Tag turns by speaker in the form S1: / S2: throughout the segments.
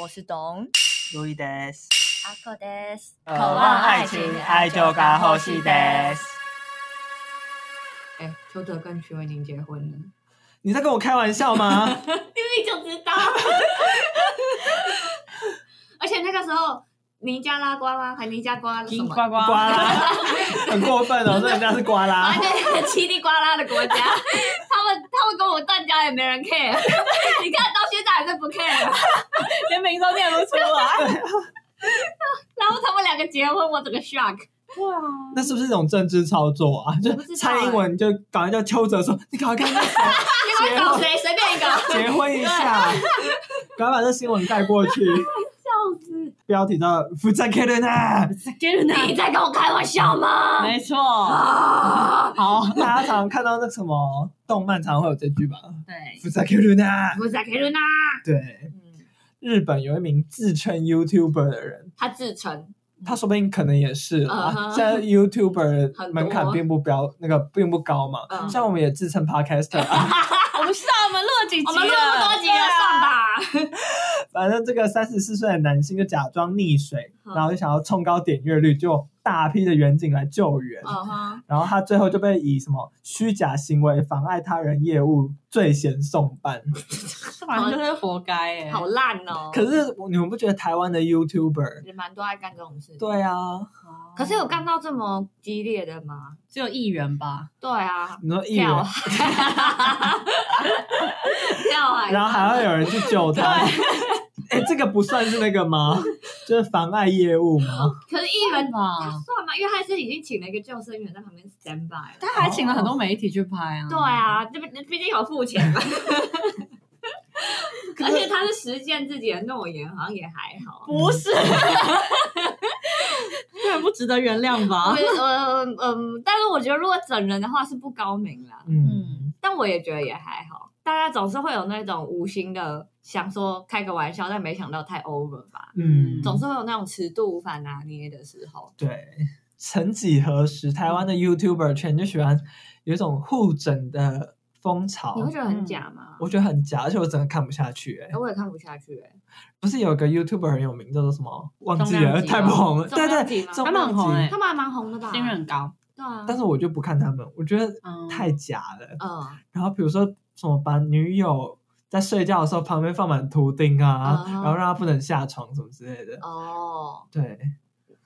S1: 我是董
S2: 路易德斯，
S1: 阿克德斯，
S2: 渴望爱情，爱就该呼吸德。
S3: 哎、邱泽跟徐伟宁结婚 了，
S2: 你在跟我开玩笑吗？
S3: 你就知道。 而且那个时候，尼加拉瓜吗？还尼加瓜什
S4: 金
S3: 么？
S4: 呱呱
S2: 瓜啦，很过分哦，说人家是瓜啦
S3: 反。正就是一个啊叽里呱啦的国家， 他们他们跟我断交也没人 care，你 看到现在还是不 care。啊
S4: 连名都念不出啊来。
S3: 然后他们两个结婚，我整个 shock。
S4: 对啊，
S2: 那是不是一种政治操作啊？就
S3: 我不知道欸
S2: 蔡英文就赶快叫邱泽说：“你赶快跟那谁
S3: 你们找谁？随便一个。
S2: 结婚一下，赶快把这新闻盖过 去。”
S3: 笑死！
S2: 标题叫“负责客人啊
S4: 给人
S3: 你在跟我开玩笑吗？
S4: 没错，
S3: 啊！
S4: 好，”，
S2: 大家常看到那什么动漫常会有这句吧？
S4: 对，
S2: 负责客人啊，
S3: 不是凯伦娜，
S2: 对。
S4: 嗯
S2: 日本有一名自称 YouTuber 的人，
S3: 他自称
S2: 他说不定可能也是啦。
S3: 嗯嗯哼
S2: 现在 YouTuber
S3: 很多
S2: 门槛并不标，那个并不高嘛。
S3: 嗯
S2: 像我们也自称 Podcaster，、啊、
S4: 我们上我们录几集了，啊
S3: 我们录那么多集了，算 吧。
S2: 反正这个三十四岁的男性就假装溺水，
S3: 嗯
S2: 然后就想要冲高点阅率，就大批的远景来救援。
S3: 嗯哼，
S2: 然后他最后就被以什么虚假行为妨碍他人业务罪嫌送办。
S3: 嗯
S4: 对啊，反正就是活该哎。
S3: 好烂哦。
S2: 可是你们不觉得台湾的 YouTuber
S3: 也蛮多爱干这种事。，
S2: 对啊，
S3: 可是有干到这么激烈的吗？
S4: 只有议员吧？
S3: 对啊，
S2: 你说艺人，
S3: 跳海，跳海，
S2: 然后还要有人去救 他。 哎、这个不算是那个吗？就是妨碍业务吗？
S3: 可是议员
S4: 吧，
S3: 算吗？因为他是已经请了一个救生员在旁边 stand by 了。
S4: 他还请了很多媒体去拍啊。
S3: 对，啊，这边毕竟有付钱 嘛，而且他是实践自己的诺言，好像也还好。
S4: 不 是，这很不值得原谅吧
S3: 我？呃嗯，但是我觉得如果整人的话是不高明啦，
S2: 嗯，
S3: 但我也觉得也还好。大家总是会有那种无心的想说开个玩笑，但没想到太 over 吧。
S2: 嗯，
S3: 总是会有那种尺度无法拿捏的时候。
S2: 对。曾几何时，台
S3: 嗯
S2: 湾的 YouTuber 圈就喜欢有一种互整的风潮
S3: 你，会觉得很假吗？
S2: 我觉得很假，而且我真的看不下去、欸。
S3: 哎我也看不下去哎、
S2: 不是有个 YouTuber 很有名，叫做什么？忘记
S3: 重量
S2: 了，
S3: 级
S2: 太不红了。
S3: 重量
S2: 对
S3: 级
S2: 对
S3: 吗，
S2: 重
S4: 他们很
S2: 量级
S4: 红欸
S3: 他们还蛮红的吧？
S4: 信任很高，
S3: 对啊，
S2: 但是我就不看他们，我觉得
S3: 哦
S4: 嗯，
S2: 太假了。
S3: 嗯
S2: 然后比如说什么把女友在睡觉的时候旁边放满图钉啊，
S3: 啊
S2: 然后让她不能下床什么之类的。
S3: 哦，
S2: 对，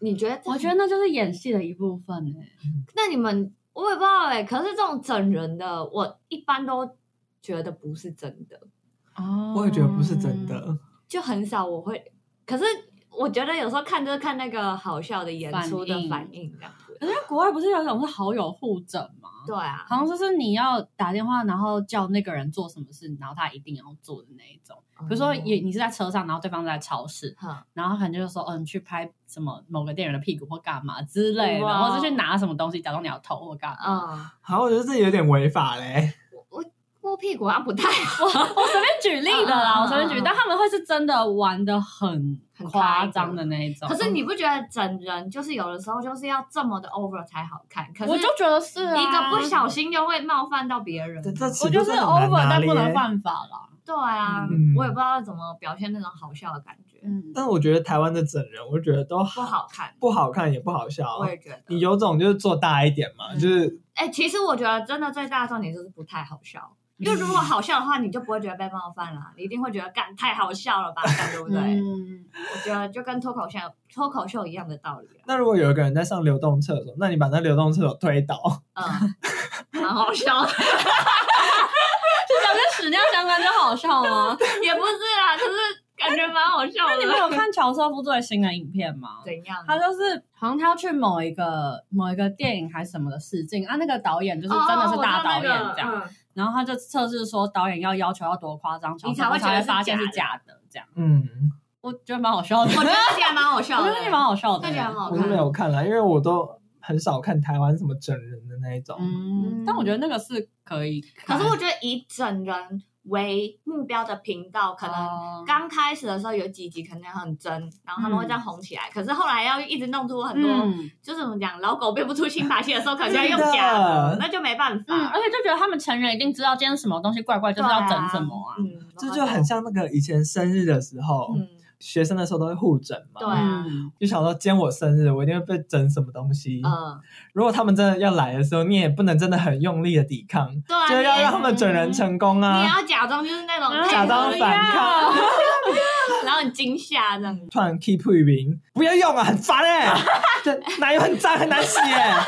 S3: 你觉得这？
S4: 我觉得那就是演戏的一部分哎。
S3: 那你们我也不知道哎、可是这种整人的，我一般都觉得不是真的，
S4: 哦
S2: 我也觉得不是真。的。
S3: 就很少我会。可是我觉得有时候看就是看那个好笑的演出
S4: 反
S3: 的
S4: 应
S3: 反应这样子。
S4: 可是国外不是有一种是好友互整吗？
S3: 对啊，
S4: 好像就是你要打电话，然后叫那个人做什么事，然后他一定要做的那一种。
S3: 嗯
S4: 比如说，
S3: 哦
S4: 也你是在车上，然后对方在超市，
S3: 哼
S4: 然后可能就是说，嗯、你去拍什么某个店员的屁股或干嘛之类的，
S3: 哇
S4: 或者去拿什么东西假装你要偷或干嘛。
S3: 嗯，
S2: 好，我觉得这有点违法嘞。
S3: 摸屁股好像不太好。
S4: 我随便举例的啦，
S3: 嗯嗯嗯
S4: 我随便举例
S3: 嗯嗯，
S4: 但他们会是真的玩的很
S3: 很
S4: 夸张的那一种。
S3: 可是你不觉得整人就是有的时候就是要这么的 over 才好看？可是
S4: 我就觉得是啊，
S3: 一个不小心就会冒犯到别人。
S2: 这这
S4: 我
S2: 尺
S4: 就
S2: 度
S4: 是
S2: 真的很难
S4: over，
S2: 拿
S4: 但
S2: 捏
S4: 不能犯法啦。
S3: 对啊，
S2: 嗯
S3: 我也不知道怎么表现那种好笑的感觉，
S4: 嗯，
S2: 但我觉得台湾的整人，我觉得都
S3: 不好看。
S2: 不好看，也不好笑
S3: 我
S2: 啊。
S3: 也觉
S2: 你
S3: 得，
S2: 有种就是做大一点嘛，
S4: 嗯
S2: 就是
S3: 哎、其实我觉得真的最大的重点就是不太好笑。
S2: 嗯
S3: 因为如果好笑的话，你就不会觉得被冒犯了，你一定会觉得干太好 笑了吧，干对不对？
S4: 嗯，
S3: 我觉得就跟脱口秀脱口秀一样的道理了，
S2: 那如果有一个人在上流动厕所，那你把那流动厕所推 倒，
S3: 嗯，蛮好笑的，
S4: 就讲跟屎尿相关就好笑 吗？
S3: 也不是啦，可是感觉蛮好笑
S4: 那你们
S3: 的。
S4: 有看乔瑟夫最新的影片吗？
S3: 怎样？啊
S4: 他就是好像他要去某一个某一个电影还是什么的试镜啊，那个导演就是
S3: 哦
S4: 真的是大
S3: 我知道
S4: 导
S3: 那
S4: 演
S3: 个
S4: 这样，
S3: 嗯
S4: 然后他就测试说导演要要求要多夸张，
S3: 你才会觉
S4: 才
S3: 得
S4: 会
S3: 是
S4: 发现
S3: 假
S4: 是
S3: 的
S4: 假的这样，
S2: 嗯，
S4: 我觉得蛮好笑的，
S3: 我觉得这集还蛮好笑
S4: 我
S3: 的，
S4: 觉得那蛮好笑的
S3: 这集还蛮
S4: 欸，
S3: 好
S2: 我
S3: 看
S2: 都
S3: 的。
S2: 没有看啦，因为我都很少看台湾什么整人的那一种。
S4: 嗯
S3: 嗯，
S4: 但我觉得那个是可以
S3: 可
S4: 看，
S3: 是我觉得以整人为目标的频道，可能
S4: 哦
S3: 刚开始的时候有几集可能很真，然后他们会这样红起来。可是后来要一直弄出很多，
S4: 嗯
S3: 就是怎么讲，老狗变不出新把戏的时候，可能就要用假的，
S2: 真的
S3: 那就没办法。
S4: 嗯，而且就觉得他们成员一定知道今天什么东西怪怪，就是要整什么啊，
S3: 嗯，
S2: 这就很像那个以前生日的时候，
S3: 嗯，
S2: 学生的时候都会互整嘛，
S3: 对啊
S4: 嗯
S2: 就想说今天我生日，我一定会被整什么东西。
S3: 嗯，
S2: 如果他们真的要来的时候，你也不能真的很用力的抵抗，
S3: 对啊，
S2: 就是要让他们整人成功
S3: 你你
S2: 啊！
S3: 要假装就是那种
S4: 啊
S2: 假装
S3: 配合
S2: 反抗，
S3: 然后很惊吓这样子。
S2: 突然 keep 语名，不要用啊，很烦哎、这奶油很脏，很难洗哎、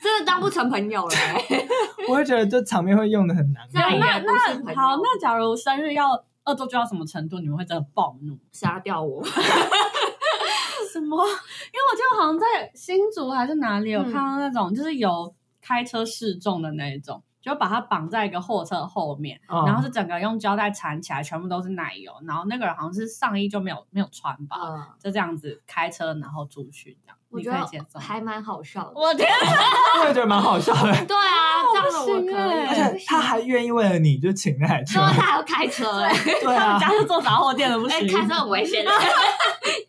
S3: 真的当不成朋友了、欸。
S2: 我会觉得这场面会用的很难
S3: 那
S4: 那
S2: 看。
S3: 那
S4: 那
S3: 那
S4: 好，那假如生日要恶作剧到什么程度，你们会真的暴怒？
S3: 杀掉我，
S4: 什么？因为我记得好像在新竹还是哪里有
S3: 嗯
S4: 看到那种，就是有开车示众的那一种，就把它绑在一个货车后面，
S2: 嗯
S4: 然后是整个用胶带缠起来，全部都是奶油，然后那个人好像是上衣就没有没有穿吧，
S3: 嗯，
S4: 就这样子开车然后出去这样，
S3: 我
S4: 你
S3: 觉
S4: 可以接受
S3: 得。还蛮好笑的。
S4: 我天，
S2: 我也觉得蛮好笑的，
S3: 对啊，这样的我可
S4: 不行欸
S3: 以，
S2: 而且他还愿意为了你就请那台车
S3: 说，他还要开车、欸，
S2: 对
S4: 他
S2: 啊
S4: 们，家是做杂货店的，不
S3: 哎、
S4: 行。
S3: 开车很危 险的，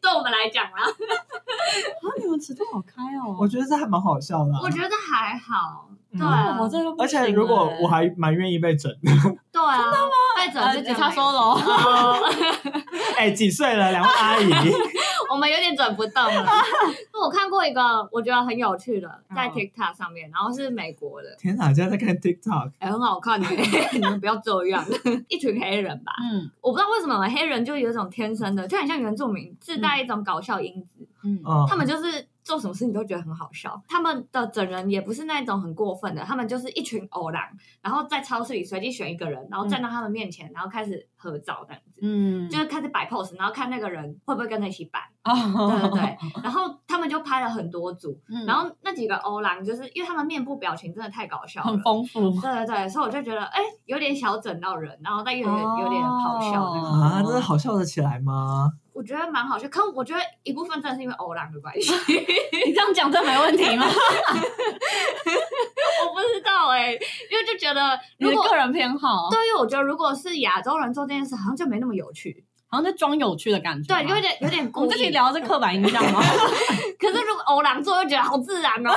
S3: 对我们来讲啦，
S4: 啊，你们尺度好开哦！
S2: 我觉得这还蛮好笑的啊、嗯
S3: 我觉得还好。对啊
S4: 哦，我这个不
S2: 而
S4: 行
S2: 且如果
S4: 欸
S2: 我还蛮愿意被整的，
S3: 对啊，真的吗？再者是
S4: 呃他说了哦
S3: 哦，
S2: 哎、几岁了？两位阿姨，
S3: 我们有点转不动 了。我看过一个我觉得很有趣的，在
S4: 嗯
S3: TikTok 上面，然后是美国的，
S2: 天哪，现在在看 TikTok，
S3: 哎、很好看的、 你们不要这样。一群黑人吧，
S4: 嗯
S3: 我不知道为什么黑人就有一种天生的，就很像原住民，自带一种搞笑因子。
S4: 嗯
S2: 嗯，
S3: 他们就是做什么事情都觉得很好笑，他们的整人也不是那种很过分的，他们就是一群偶狼，然后在超市里随机选一个人，然后站到他们面前，然后开始合照这样子。
S4: 嗯，
S3: 就是开始摆 pose，然后看那个人会不会跟着一起摆，对
S4: 哦
S3: 对 对。然后他们就拍了很多组，
S4: 嗯
S3: 然后那几个欧郎就是因为他们面部表情真的太搞笑了
S4: 很，丰富，
S3: 对对对，所以我就觉得哎、有点小整到人，然后但又有点、有点好笑
S4: 哦
S3: 那种。
S2: 啊，真的好笑得起来吗？
S3: 我觉得蛮好笑，可我觉得一部分真的是因为欧郎的关系，
S4: 你这样讲这没问题 吗？
S3: 我不知道哎、因为就觉得
S4: 你
S3: 如
S4: 的
S3: 果
S4: 个人偏好，
S3: 对，因为我觉得如果是亚洲人做这件事，好像就没那么有趣，
S4: 好像在装有趣的感觉吗。
S3: 对，有点有点
S4: 我
S3: 故
S4: 们
S3: 意。
S4: 这己聊的是刻板印象吗？
S3: 可是如果欧郎做，又觉得好自然哦，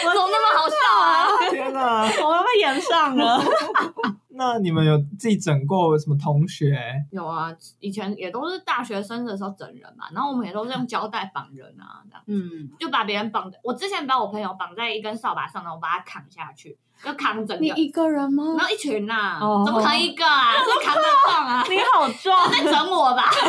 S3: 怎么那么好笑啊？
S2: 天哪，
S4: 我们被演上了。
S2: 那你们有自己整过什么同学？
S3: 有啊，以前也都是大学生的时候整人嘛，然后我们也都是用胶带绑人啊，这样
S4: 嗯，
S3: 就把别人绑的。我之前把我朋友绑在一根扫把上，然后我把他扛下去，就扛整
S4: 你
S3: 个，
S4: 一个人吗？
S3: 然后一群呐、
S4: 哦
S3: 怎么可能一个啊？ 是扛得动啊？
S4: 你好壮，
S3: 在整我吧。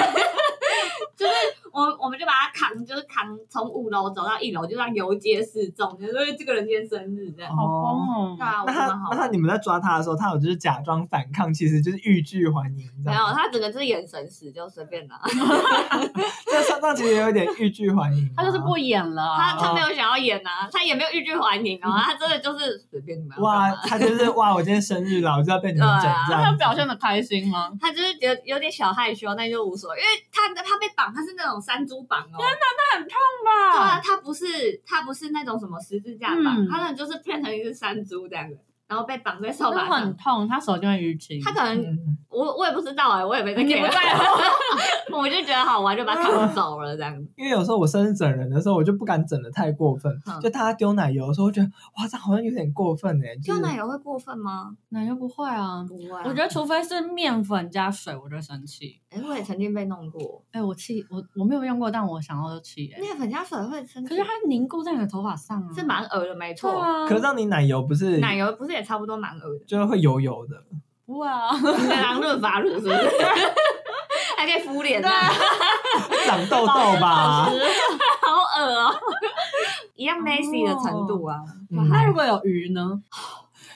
S3: 就是我，我们就把他扛，就是扛从五楼走到一楼，就让游街示众，就是哎这个人今天生日这样。
S4: 好光
S3: 对
S4: 哦。
S3: 啊，我
S2: 那
S3: 觉
S2: 他
S3: 得蛮好
S2: 那他
S3: 玩。
S2: 你们在抓他的时候，他有就是假装反抗，其实就是欲拒还迎，这
S3: 没
S2: 样吗
S3: 有，他整个就是眼神死，就随便拿。
S2: 这上上其实也有点欲拒还迎
S4: 他
S2: 啊，
S4: 就是 不演了。
S3: 他他没有想要演啊，他也没有欲拒还迎啊，他真的就是随便你们要干嘛。
S2: 哇，他就是哇，我今天生日了，我就要被你们整
S3: 对啊
S2: 这
S4: 他
S2: 样
S4: 有
S2: 子，
S4: 表现的开心吗？
S3: 他就是觉得有点小害羞，那就无所谓，因为他他被绑，他是那种山猪绑哦。对啊，
S4: 吧，
S3: 他不是他不是那种什么十字架绑，
S4: 嗯
S3: 他那就是变成一只山猪这样子，然后被绑在手把
S4: 那很
S3: 上。
S4: 痛，他手就会淤青。
S3: 他可能
S2: 嗯
S3: 我我也不知道哎、我也没在
S4: 你不
S3: care
S4: 在乎，
S3: 我就觉得好玩，就把他扛走了这样 子。
S2: 因为有时候我生日整人的时候，我就不敢整的太过分
S3: 嗯，
S2: 就大家丢奶油的时候，我觉得哇，这好像有点过分哎，就
S3: 丢
S2: 是
S3: 奶油会过分吗？
S4: 奶油不会啊。
S3: 不会啊、
S4: 我觉得除非是面粉加水，我就生气。
S3: 哎、我也曾经被弄过，
S4: 哎，我气，我我没有用过，但我想到就气。哎，
S3: 面粉加水会生气，
S4: 可是它凝固在你的头发上啊，
S3: 是蛮恶的，没
S4: 对
S3: 错。
S4: 啊，
S2: 可是让你奶油不是，
S3: 奶油不是也差不多蛮恶的
S2: 就是会油油的，
S4: 不会啊，
S3: 你在当润发乳是不 是？还可以敷脸呢、
S4: 啊
S2: 长痘痘 吧？
S3: 啊好恶哦、 一样 messy 的程度啊，
S2: 嗯
S4: 那如果有鱼呢？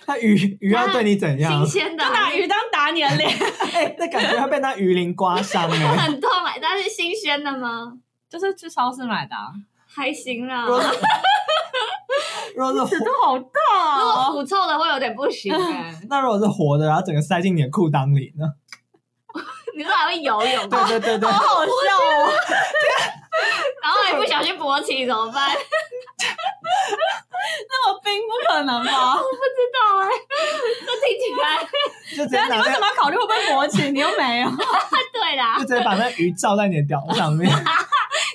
S2: 那鱼鱼要对你怎样
S3: 新？鲜的
S4: 就拿鱼当打你的脸，
S2: 哎，那感觉会被那鱼鳞刮伤 哎。
S3: 很痛哎、但是新鲜的吗？
S4: 就是去超市买的 啊，
S3: 还行啦，
S2: 如
S3: 如
S2: 果
S4: 哦
S2: 是如果是
S4: 尺
S2: 活
S4: 度好
S3: 果
S4: 大哦。
S3: 腐臭的会有点不行哎、
S2: 那如果是活的，然后整个塞进你的裤裆里呢？
S3: 你说还会游泳吗
S2: 对？ 对对对，
S4: 好笑哦！
S3: 然后还不小心勃起怎么 办？
S4: 那么冰不可能 吧？
S3: 不知道哎、 这听起来
S2: 就直接
S4: 等一下
S2: 拿
S4: 你为
S2: 那
S4: 什么要考虑会不会勃起？你又没 有，
S3: 对啦
S2: 就。直接把那鱼罩在你的屌上面。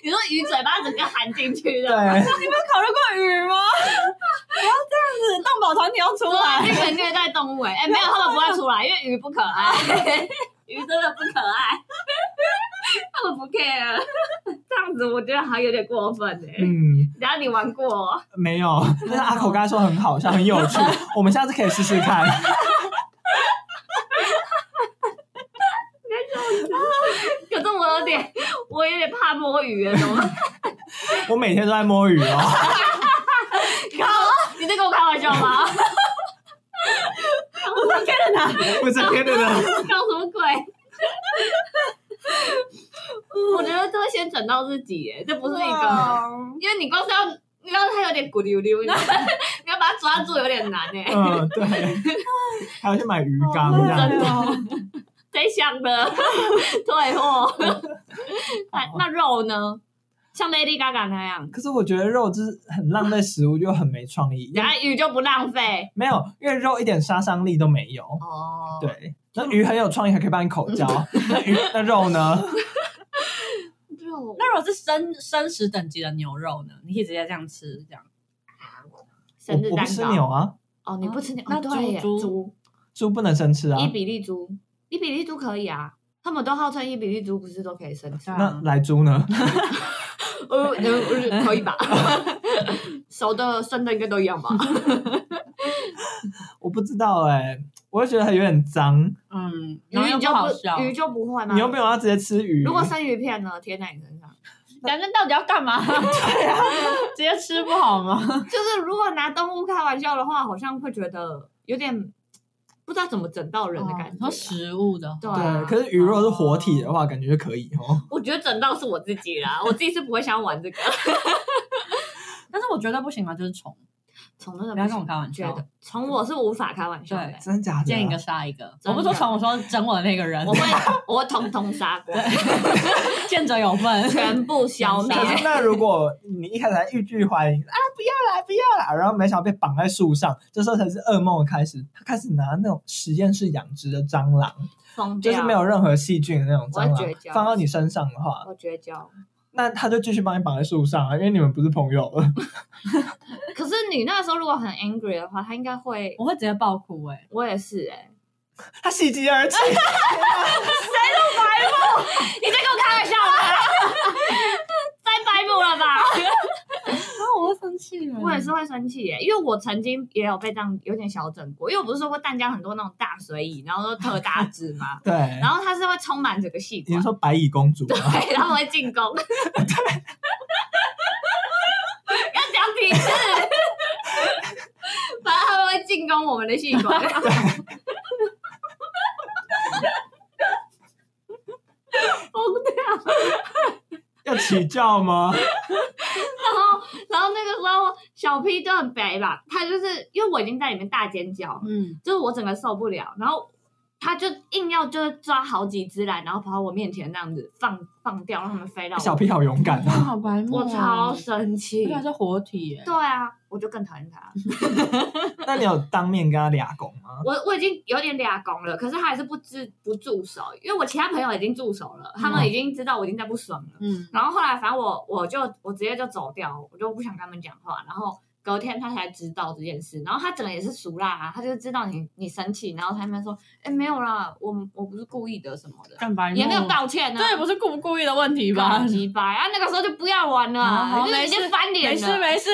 S3: 你说鱼嘴巴整个含进去
S2: 对，
S3: 的，
S4: 考虑过鱼吗？ 不要这样子，动保团体要出
S3: 对啊，
S4: 来。
S3: 那个虐待动物哎、哎、没有 他们不会出来，因为鱼不可爱，鱼真的不可爱。我不 care，这样子我觉得好像有点过分哎、欸。
S2: 嗯，
S3: 然后你玩过哦，
S2: 没有，但是阿口刚才说很好笑，很有趣，我们下次可以试试看。
S3: 可是我有点，我有点怕摸鱼了，怎么办？
S2: 我每天都在摸鱼哦。
S3: 你在跟我开玩笑吗？
S4: 啊
S2: 我整天的呢，
S3: 搞什么鬼？我觉得这会先整到自己耶，这不是一个，因为你光是要，你要它有点骨溜溜，你你要把它抓住有点难哎。
S2: 嗯，对，还要去买鱼缸
S4: 好
S2: 这
S4: 累
S2: 样
S4: 哦
S2: 子。
S3: 谁想的？退货。那
S2: 好
S3: 那肉呢？像 Lady Gaga 那样，
S2: 可是我觉得肉就是很浪费食物，就很没创意。
S3: 然后鱼就不浪费
S2: 没有，因为肉一点杀伤力都没有。
S3: 哦。，
S2: 对，那鱼很有创意，还可以帮你口交。那鱼那肉呢？
S3: 肉
S4: 那如果是生生食等级的牛肉呢？你可以直接这样吃，这样
S2: 我
S3: 生日
S2: 我不
S3: 蛋
S2: 吃牛
S3: 糕
S2: 啊，
S3: 哦，你不吃牛，
S4: 那
S3: 哦对耶
S4: 猪
S3: 猪
S2: 猪不能生吃啊
S3: 伊。比利猪，伊比利猪可以啊，他们都号称伊比利猪不是都可以生吃。
S4: 对
S2: 那
S4: 啊
S2: 来猪呢？
S3: 呃呃，可 以吧？熟的、生的应该都一样吧？
S2: 我不知道哎、我就觉得有点脏。
S4: 嗯，然后
S3: 鱼
S4: 又
S3: 就
S4: 好笑
S3: 不。鱼就不会吗？
S2: 你又没有要直接吃鱼？
S3: 如果生鱼片呢？贴在你身上，
S4: 反正到底要干 嘛？ 对啊，直接吃不好吗？
S3: 就是如果拿动物开玩笑的话，好像会觉得有点不知道怎么整到人的感
S4: 你
S3: 觉
S4: 哦说
S3: 啊。
S4: 食物的话，
S3: 对
S2: 对，
S3: 啊
S2: 可是鱼如果是活体的话，感觉就可以 哦。
S3: 我觉得整到是我自己 啦，我自己是不会想玩这个。
S4: 但是我觉得不行吧，啊就是虫，
S3: 从那个
S4: 不要跟我开玩笑
S3: 觉得从我是无法开玩笑的
S4: 对，
S2: 真的假的？
S4: 见一个杀一个。
S3: 真的
S4: 我不是说虫，我说整我的那个人
S3: 我，会 我会通通杀光，
S4: 见者有份。
S3: 全部消灭。
S2: 可是那如果你一开始还欲拒还迎啊，不要啦，不要啦，然后没想到被绑在树上，这时候才是噩梦的开始。他开始拿那种实验室养殖的蟑螂，
S3: 疯
S2: 就
S3: 掉
S2: 是没有任何细菌的那种蟑
S3: 嗯我会
S2: 螂
S3: 绝，交
S2: 放到你身上的话，
S3: 我绝交。
S2: 那他就继续帮你绑在树上啊，因为你们不是朋友了。
S3: 可是你那时候如果很 angry 的话，他应该会。
S4: 我会直接爆哭哎、
S3: 我也是哎、
S2: 他喜极而 泣，，
S3: 你在跟我开玩笑吗？太白目了吧！
S4: 啊，我会生气了
S3: 我也是，会生气欸耶、因为我曾经也有被这样有点小整过，因为我不是说过淡江很多那种大水蚁，然后都特大只嘛
S2: 对。
S3: 然后它是会充满整个细
S2: 你
S3: 管
S2: 是，说白蚁公主吗？
S3: 对，他们会进攻。要讲几 次？反正他们会进攻我们的细 管。疯掉！
S2: 要起叫 吗？
S3: 然后，然后那个时候小 P 就很白吧，他就是因为我已经在里面大尖叫，
S4: 嗯，
S3: 就是我整个受不了，然后他就硬要就是抓好几只来，然后跑到我面前那样子放放掉，让他们飞到
S2: 哎小
S3: 我，
S2: 屁好勇敢
S4: 哇，
S2: 啊！
S4: 好白目、
S3: 我超，生气
S4: 这。还是活体哎、
S3: 哦对啊，我就更讨厌他。
S2: 那你有当面跟他俩拱吗？
S3: 我我已经有点俩拱了，可是他还是不知不住手，因为我其他朋友已经住手了，他们已经知道我已经在不爽了。
S4: 嗯，
S3: 然后后来，反正我我就我直接就走掉，我就不想跟他们讲话。然后隔天他才知道这件事，然后他整个也是熟啦、他就知道你你生气，然后他们说，哎、没有啦，我我不是故意的什么的，
S4: 干白目
S3: 也没有，道歉呢、
S4: 这也不是故不故意的问题吧
S3: 吧？？鸡掰啊！那个时候就不要玩了，
S4: 好好
S3: 就是已经翻脸
S4: 没事
S3: 了。
S4: 没事，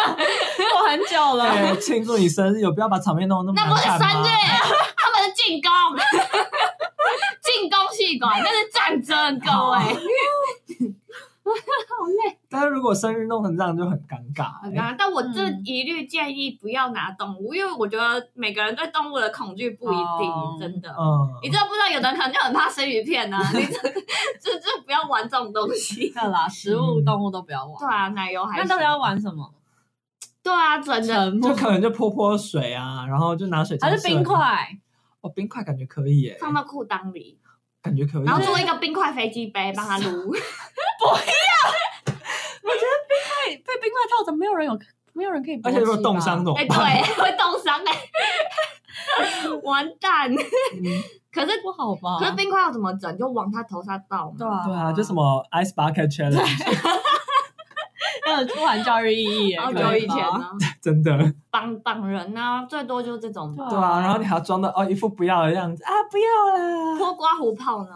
S4: 过很久了。
S2: 哎，庆祝你生日，有必要把场面弄得那
S3: 那
S2: 么
S3: 不是
S2: 难看
S3: 生
S2: 吗？
S3: 日，他们是进攻， 进攻系管，那是战争，各位。
S2: 但是如果生日弄成这样就很尴尬、
S3: 很
S2: 欸。
S3: 尴尬。啊但我这
S4: 嗯
S3: 一律建议不要拿动物，因为我觉得每个人对动物的恐惧不一定，
S4: 哦
S3: 真的。
S2: 嗯，
S3: 你知道不知道？有的人可能就很怕生鱼片呢、啊，你这这这不要玩这种东西。
S4: 对啦，食
S3: 嗯
S4: 物、动物都不要
S3: 对
S4: 玩。
S3: 啊，奶油还
S4: 那
S3: 是
S4: 到底要玩什么？
S3: 对啊，真的。
S4: 沉默
S2: 就可能就泼泼水啊，然后就拿水
S4: 还
S2: 枪
S4: 是冰
S2: 射
S4: 块？
S2: 你？哦，冰块感觉可以耶、
S3: 放到裤裆里，
S2: 感觉可以。
S3: 然后做一个冰块飞机杯，帮它撸。
S4: 哦被被冰块套着，没有人有，没有人可以。
S2: 而且如果冻伤，怎么
S3: 哎、
S2: 办？
S3: 对，会冻伤哎， 完蛋！
S2: 嗯
S3: 可是
S4: 不好吧？
S3: 可是冰块要怎么整？就往他头上倒
S4: 哦
S3: 嘛。
S4: 对啊，
S2: 对啊，就什么 ice bucket challenge，
S4: 还有出完教育意义耶，
S3: 好
S4: 可
S3: 久以
S4: 吧
S3: 前呢，
S2: 真的。
S3: 绑绑人啊，最多就是这
S4: 啊
S3: 种吧。
S2: 对啊，然后你还要装的哦一副不要的样子啊，不要啦。
S3: 脱刮胡泡呢？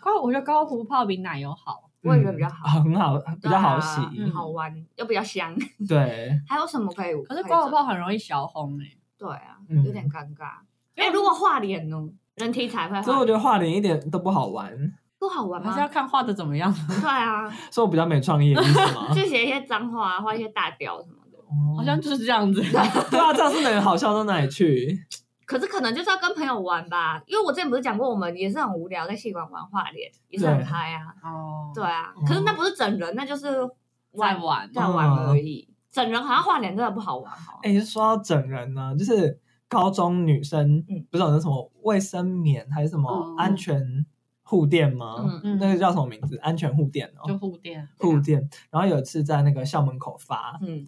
S4: 高，我觉得高湖泡比奶油好。
S3: 我也觉得比较好，
S2: 嗯很好，比较好洗。
S3: 对啊好玩又比较香。
S2: 对，
S3: 还有什么可以？
S4: 可是高
S3: 以
S4: 湖
S3: 做
S4: 泡很容易小红诶、
S3: 对啊，
S2: 嗯
S3: 有点尴尬。哎、如果画脸呢？人体彩绘
S2: 所以我
S3: 画
S2: 觉得画脸一点都不好玩，
S3: 不好玩
S4: 还
S3: 吗
S4: 是？要看画的怎么样。
S3: 对啊，
S2: 所以我比较没创意，你意思吗？
S3: 就写一些脏话啊，画一些大屌什么的。
S2: 哦
S4: 好像就是这样子。
S2: 对啊，这样是能好笑到哪里去？
S3: 可是可能就是要跟朋友玩吧，因为我之前不是讲过，我们也是很无聊，在戏馆玩画脸，也是很
S2: 对
S3: 嗨啊。
S4: 哦
S3: 对，啊
S2: 哦，
S3: 可是那不是整人，那就是
S4: 在
S3: 玩
S4: 玩。
S3: 在玩而已。整人好像画脸真的不好玩哦。
S2: 哎、说到整人呢、就是高中女生，
S3: 嗯
S2: 不是有那什么卫生棉还是什么
S4: 嗯
S2: 安全护垫吗？
S3: 嗯，
S4: 嗯，
S2: 那个叫什么名字？安全护垫
S4: 就
S2: 哦，
S4: 护垫。
S2: 护垫。然后有一次在那个校门口发，
S3: 嗯，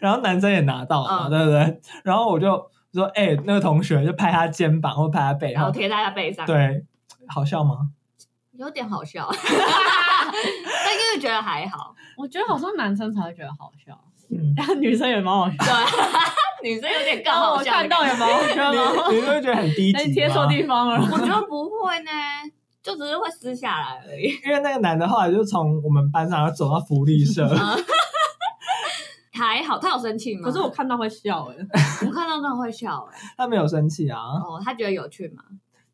S2: 然后男生也拿到嘛，
S3: 嗯
S2: 对不对？然后我就说，哎、那个同学就拍他肩膀或拍他背
S3: 然
S4: 哦
S2: 后，
S3: 后贴在他背上，
S2: 对，好笑吗？
S3: 有点好笑， 但因为觉得还好，
S4: 我觉得好像男生才会觉得好笑，
S2: 嗯，
S4: 但女生也蛮好笑。
S3: 对， 女生有点更
S4: 刚好
S3: 好
S4: 我
S3: 笑的
S4: 看
S3: 感觉。
S4: 到也蛮好笑的。
S2: 你你就会觉得很低
S4: 那
S2: 级
S4: 你
S2: 吗，
S4: 贴错地方了。
S3: 我觉得不会呢，就只是会撕下来而 已。
S2: 因为那个男的后来就从我们班上然后走到福利社，
S3: 嗯还好，他有生气吗？
S4: 可是我看到会笑哎、
S3: 我看到真的会笑哎、
S2: 他没有生气啊，
S3: 哦，他觉得有趣吗？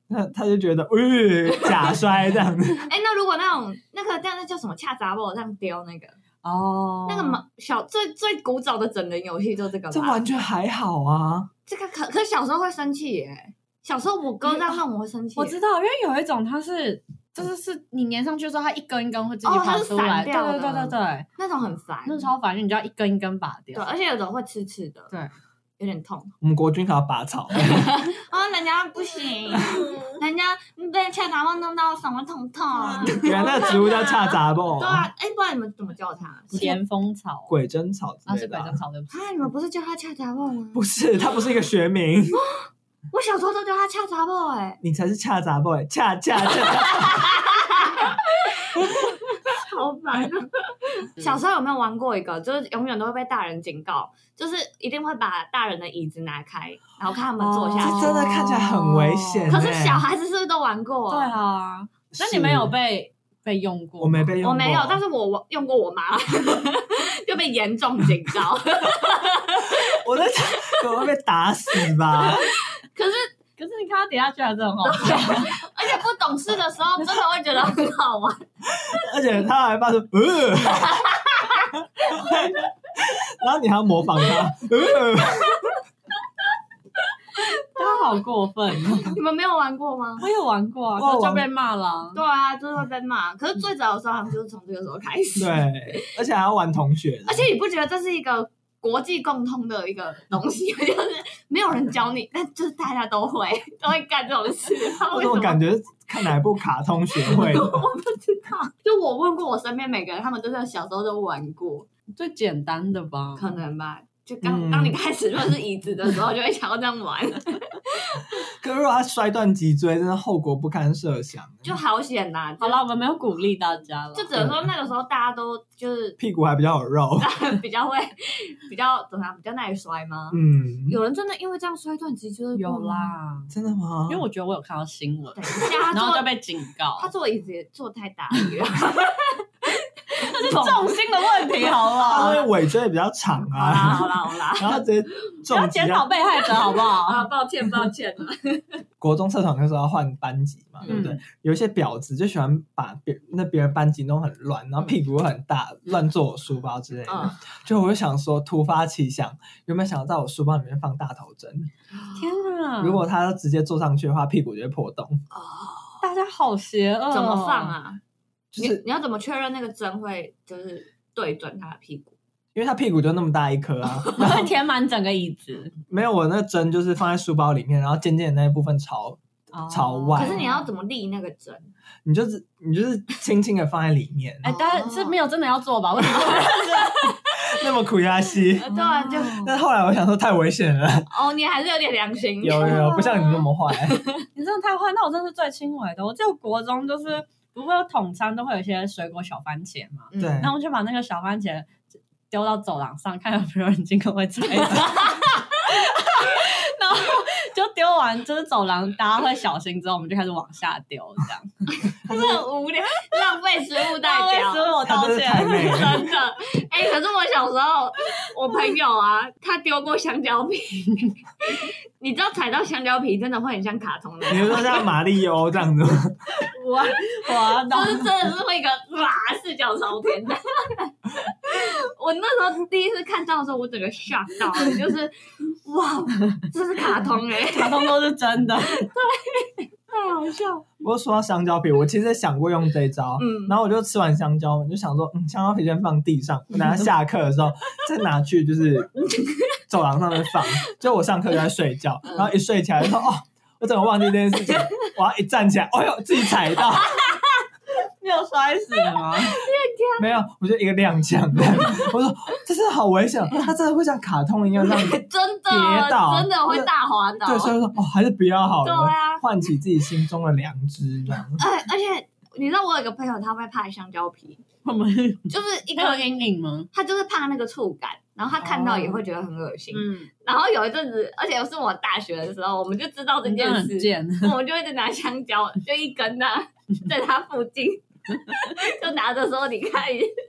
S2: 他他就觉得，呃，假摔这样 子，
S3: 哎、那如果那种那个那那叫什么恰杂包这样丢那个、
S4: 哦
S3: 那个嘛小最最古早的整人游戏就这个
S2: 这
S3: 吧
S2: 完。全还好啊。
S3: 这个可可小时候会生气耶、小时候我哥这样哦弄我会生气、
S4: 我知道，因为有一种它是，就是是你粘上去之后，它一根一根会自己
S3: 哦它
S4: 跑
S3: 是
S4: 出
S3: 散
S4: 来。对
S3: 掉
S4: 对对
S3: 的
S4: 对对，
S3: 那种很烦，
S4: 那超烦，因为你就要一根一根拔
S3: 对，
S4: 掉。
S3: 而且有的会刺刺的，
S4: 对，
S3: 有点痛。
S2: 我们国军还要拔草，
S3: 啊，人家不行，人家被恰杂包弄到什么痛痛。
S2: 原来那个植物叫恰杂布，
S3: 对啊，哎、不然你们怎么叫他？啊，
S4: 咸丰草
S2: 鬼针草之
S4: 啊，
S2: 类
S4: 是
S2: 的
S4: 鬼
S2: 啊。
S4: 针草对 不起。
S3: 你们不是叫他恰杂包吗？
S2: 不是，它不是一个学 名，
S3: 我小时候都叫他恰杂包哎、
S2: 你才是恰杂 boy，恰恰
S3: 哦
S2: 恰。
S3: 好烦啊！
S2: 嗯
S3: 小时候有没有玩过一个，就是永远都会被大人警告，就是一定会把大人的椅子拿开，然后看他们坐下
S2: 这
S3: 去。
S2: 真的看起来很危险欸
S3: 可是小孩子是不是都玩过？
S4: 对啊，那你们有被被用过吗？
S2: 我没被用过，
S3: 我没有，但是我我用过我妈， 就被严重警 告。
S2: 我在 想，我会被打死吧？
S3: 可是，
S4: 可是你看到底下居然这种好笑，
S3: 而且不懂事的时候，真的会觉得很好玩。
S2: 而且他还发出， 呃，然后你还要模仿他，呃。
S4: 他好过分 哦。
S3: 你们没有玩过吗？
S4: 我有玩过啊，可
S2: 我有
S4: 是就
S2: 玩
S4: 被骂了。
S3: 对啊，就是会被骂。可是最早的时候，好像就是从这个时候开始。
S2: 对，啊而且还要玩同学的，
S3: 而且你不觉得这是一个国际共通的一个东西， 就是没有人教你，但就是大家都会 都会干这种事。
S2: 我怎
S3: 为什
S2: 么
S3: 么
S2: 感觉是看哪一部卡通学会的？
S3: 我不知道。就我问过我身边每个人，他们真的小时候都玩过，
S4: 最简单的吧，
S3: 可能吧。就刚、
S2: 嗯
S3: 当你开始认识椅子的时候，就会想要这样玩，
S2: 可如果他摔断脊椎，真的后果不堪设想。
S3: 就好险呐、
S4: 好了，，我们没有鼓励大家了，
S3: 就只能说那个时候大家都就是
S2: 屁股还比较有肉，
S3: 比较会比较怎么样，比较耐摔吗？
S2: 嗯，
S3: 有人真的因为这样摔断脊椎的
S4: 有
S3: 过吗，
S4: 啦，
S2: 真的吗？
S4: 因为我觉得我有看到新闻，
S3: 对，下
S4: 然后
S3: 坐
S4: 就被警告
S3: 他，坐椅子也坐太大力了。
S4: 这是重心的问题，好不
S2: 他
S4: 好？
S2: 会尾椎比较长
S3: 好啦
S2: 啊，
S3: 好啦好啦，
S2: 然后直接
S4: 不要
S2: 重击
S4: 检。讨被害 者，好不
S3: 啊，
S4: 好？
S3: 抱歉抱歉啊，
S2: 国中社团那时候要换班级
S3: 嗯
S2: 嘛，对不对？有一些婊子就喜欢把别那别人班级弄很乱，然后屁股又很大，乱做我书包之类
S3: 嗯
S2: 的。就我就想说，突发奇想，有没有想要在我书包里面放大头针？
S4: 天
S3: 嗯
S4: 哪！
S2: 如果他直接坐上去的话，屁股就会破洞。
S3: 哦，
S4: 大家好邪恶，哦
S3: 怎么放？啊？
S2: 就
S3: 你
S2: 是
S3: 你要怎么确认那个针会就是对准他的屁股？
S2: 因为他屁股就那么大一颗 啊，
S4: 你会填满整个椅子，
S2: 没有我那针就是放在书包里面，然后渐渐的那一部分朝，
S4: 哦
S2: 朝外
S3: 可是你要怎么立那个针？
S2: 你就是你就是轻轻的放在里面，
S4: 哎，大家是没有真的要做吧？为什么？
S2: 那么苦压西。
S3: 对啊，就
S4: 哦
S2: 但后来我想说太危险了，
S3: 哦，你还是有点良心。
S2: 有有有，不像你那么坏。
S4: 你真的太坏，那我真的是最轻微的。我记得国中就是不会有统餐都会有一些水果小番茄嘛，
S3: 嗯
S2: 对
S4: 然后我就把那个小番茄丢到走廊上，看有没有人经过会摘。然后就丢完就是走廊，大家会小心之后，我们就开始往下丢，这样。
S3: 真的很无聊，浪费食物代
S4: 为
S3: 表
S4: 所。有道
S2: 他真是
S4: 歉，
S2: 太累了。
S3: 真的，哎、可是我小时候，我朋友啊，他丢过香蕉皮， 你知道踩到香蕉皮真的会很像卡通的，
S2: 你是说像马里欧这样子吗？
S4: 我我
S3: 就
S4: 懂。
S3: 是真的是会一个哇四脚朝天的。 我那时候第一次看到的时候，我整个吓到了，就是哇，这是卡通哎、
S4: 卡通都是真的，
S3: 太好笑了。
S2: 不过说到香蕉皮，我其实想过用这一招，
S3: 嗯
S2: 然后我就吃完香蕉，我就想说，嗯，香蕉皮先放地上，我等下下课的时候再拿去，就是走廊上面放。就我上课就在睡觉，
S3: 嗯
S2: 然后一睡起来就说，哦，我怎么忘记这件事情？我要一站起来，哎呦，自己踩到，
S4: 没有摔死吗？
S2: 没有，我就一个踉跄。我说这真的好危险，它真的会像卡通一样 这样子。
S3: 真的
S2: 跌倒
S3: 真的会大滑倒。
S2: 对，所以说哦，还是不要好
S3: 对
S2: 了，
S3: 啊，
S2: 唤起自己心中的良知，这样。
S3: 而而且你知道我有个朋友，他会怕香蕉皮，
S4: 我们
S3: 就是一
S4: 没有
S3: 个
S4: 阴影吗？
S3: 他就是怕那个触感，然后他看到也会觉得很恶心。
S4: 嗯，
S3: 然后有一阵子，而且是我大学的时候，我们就知道这
S4: 真
S3: 件
S4: 的很
S3: 事，
S4: 贱。
S3: 我们就一直拿香蕉，就一根呢、在他附 近，就拿着说：“你看，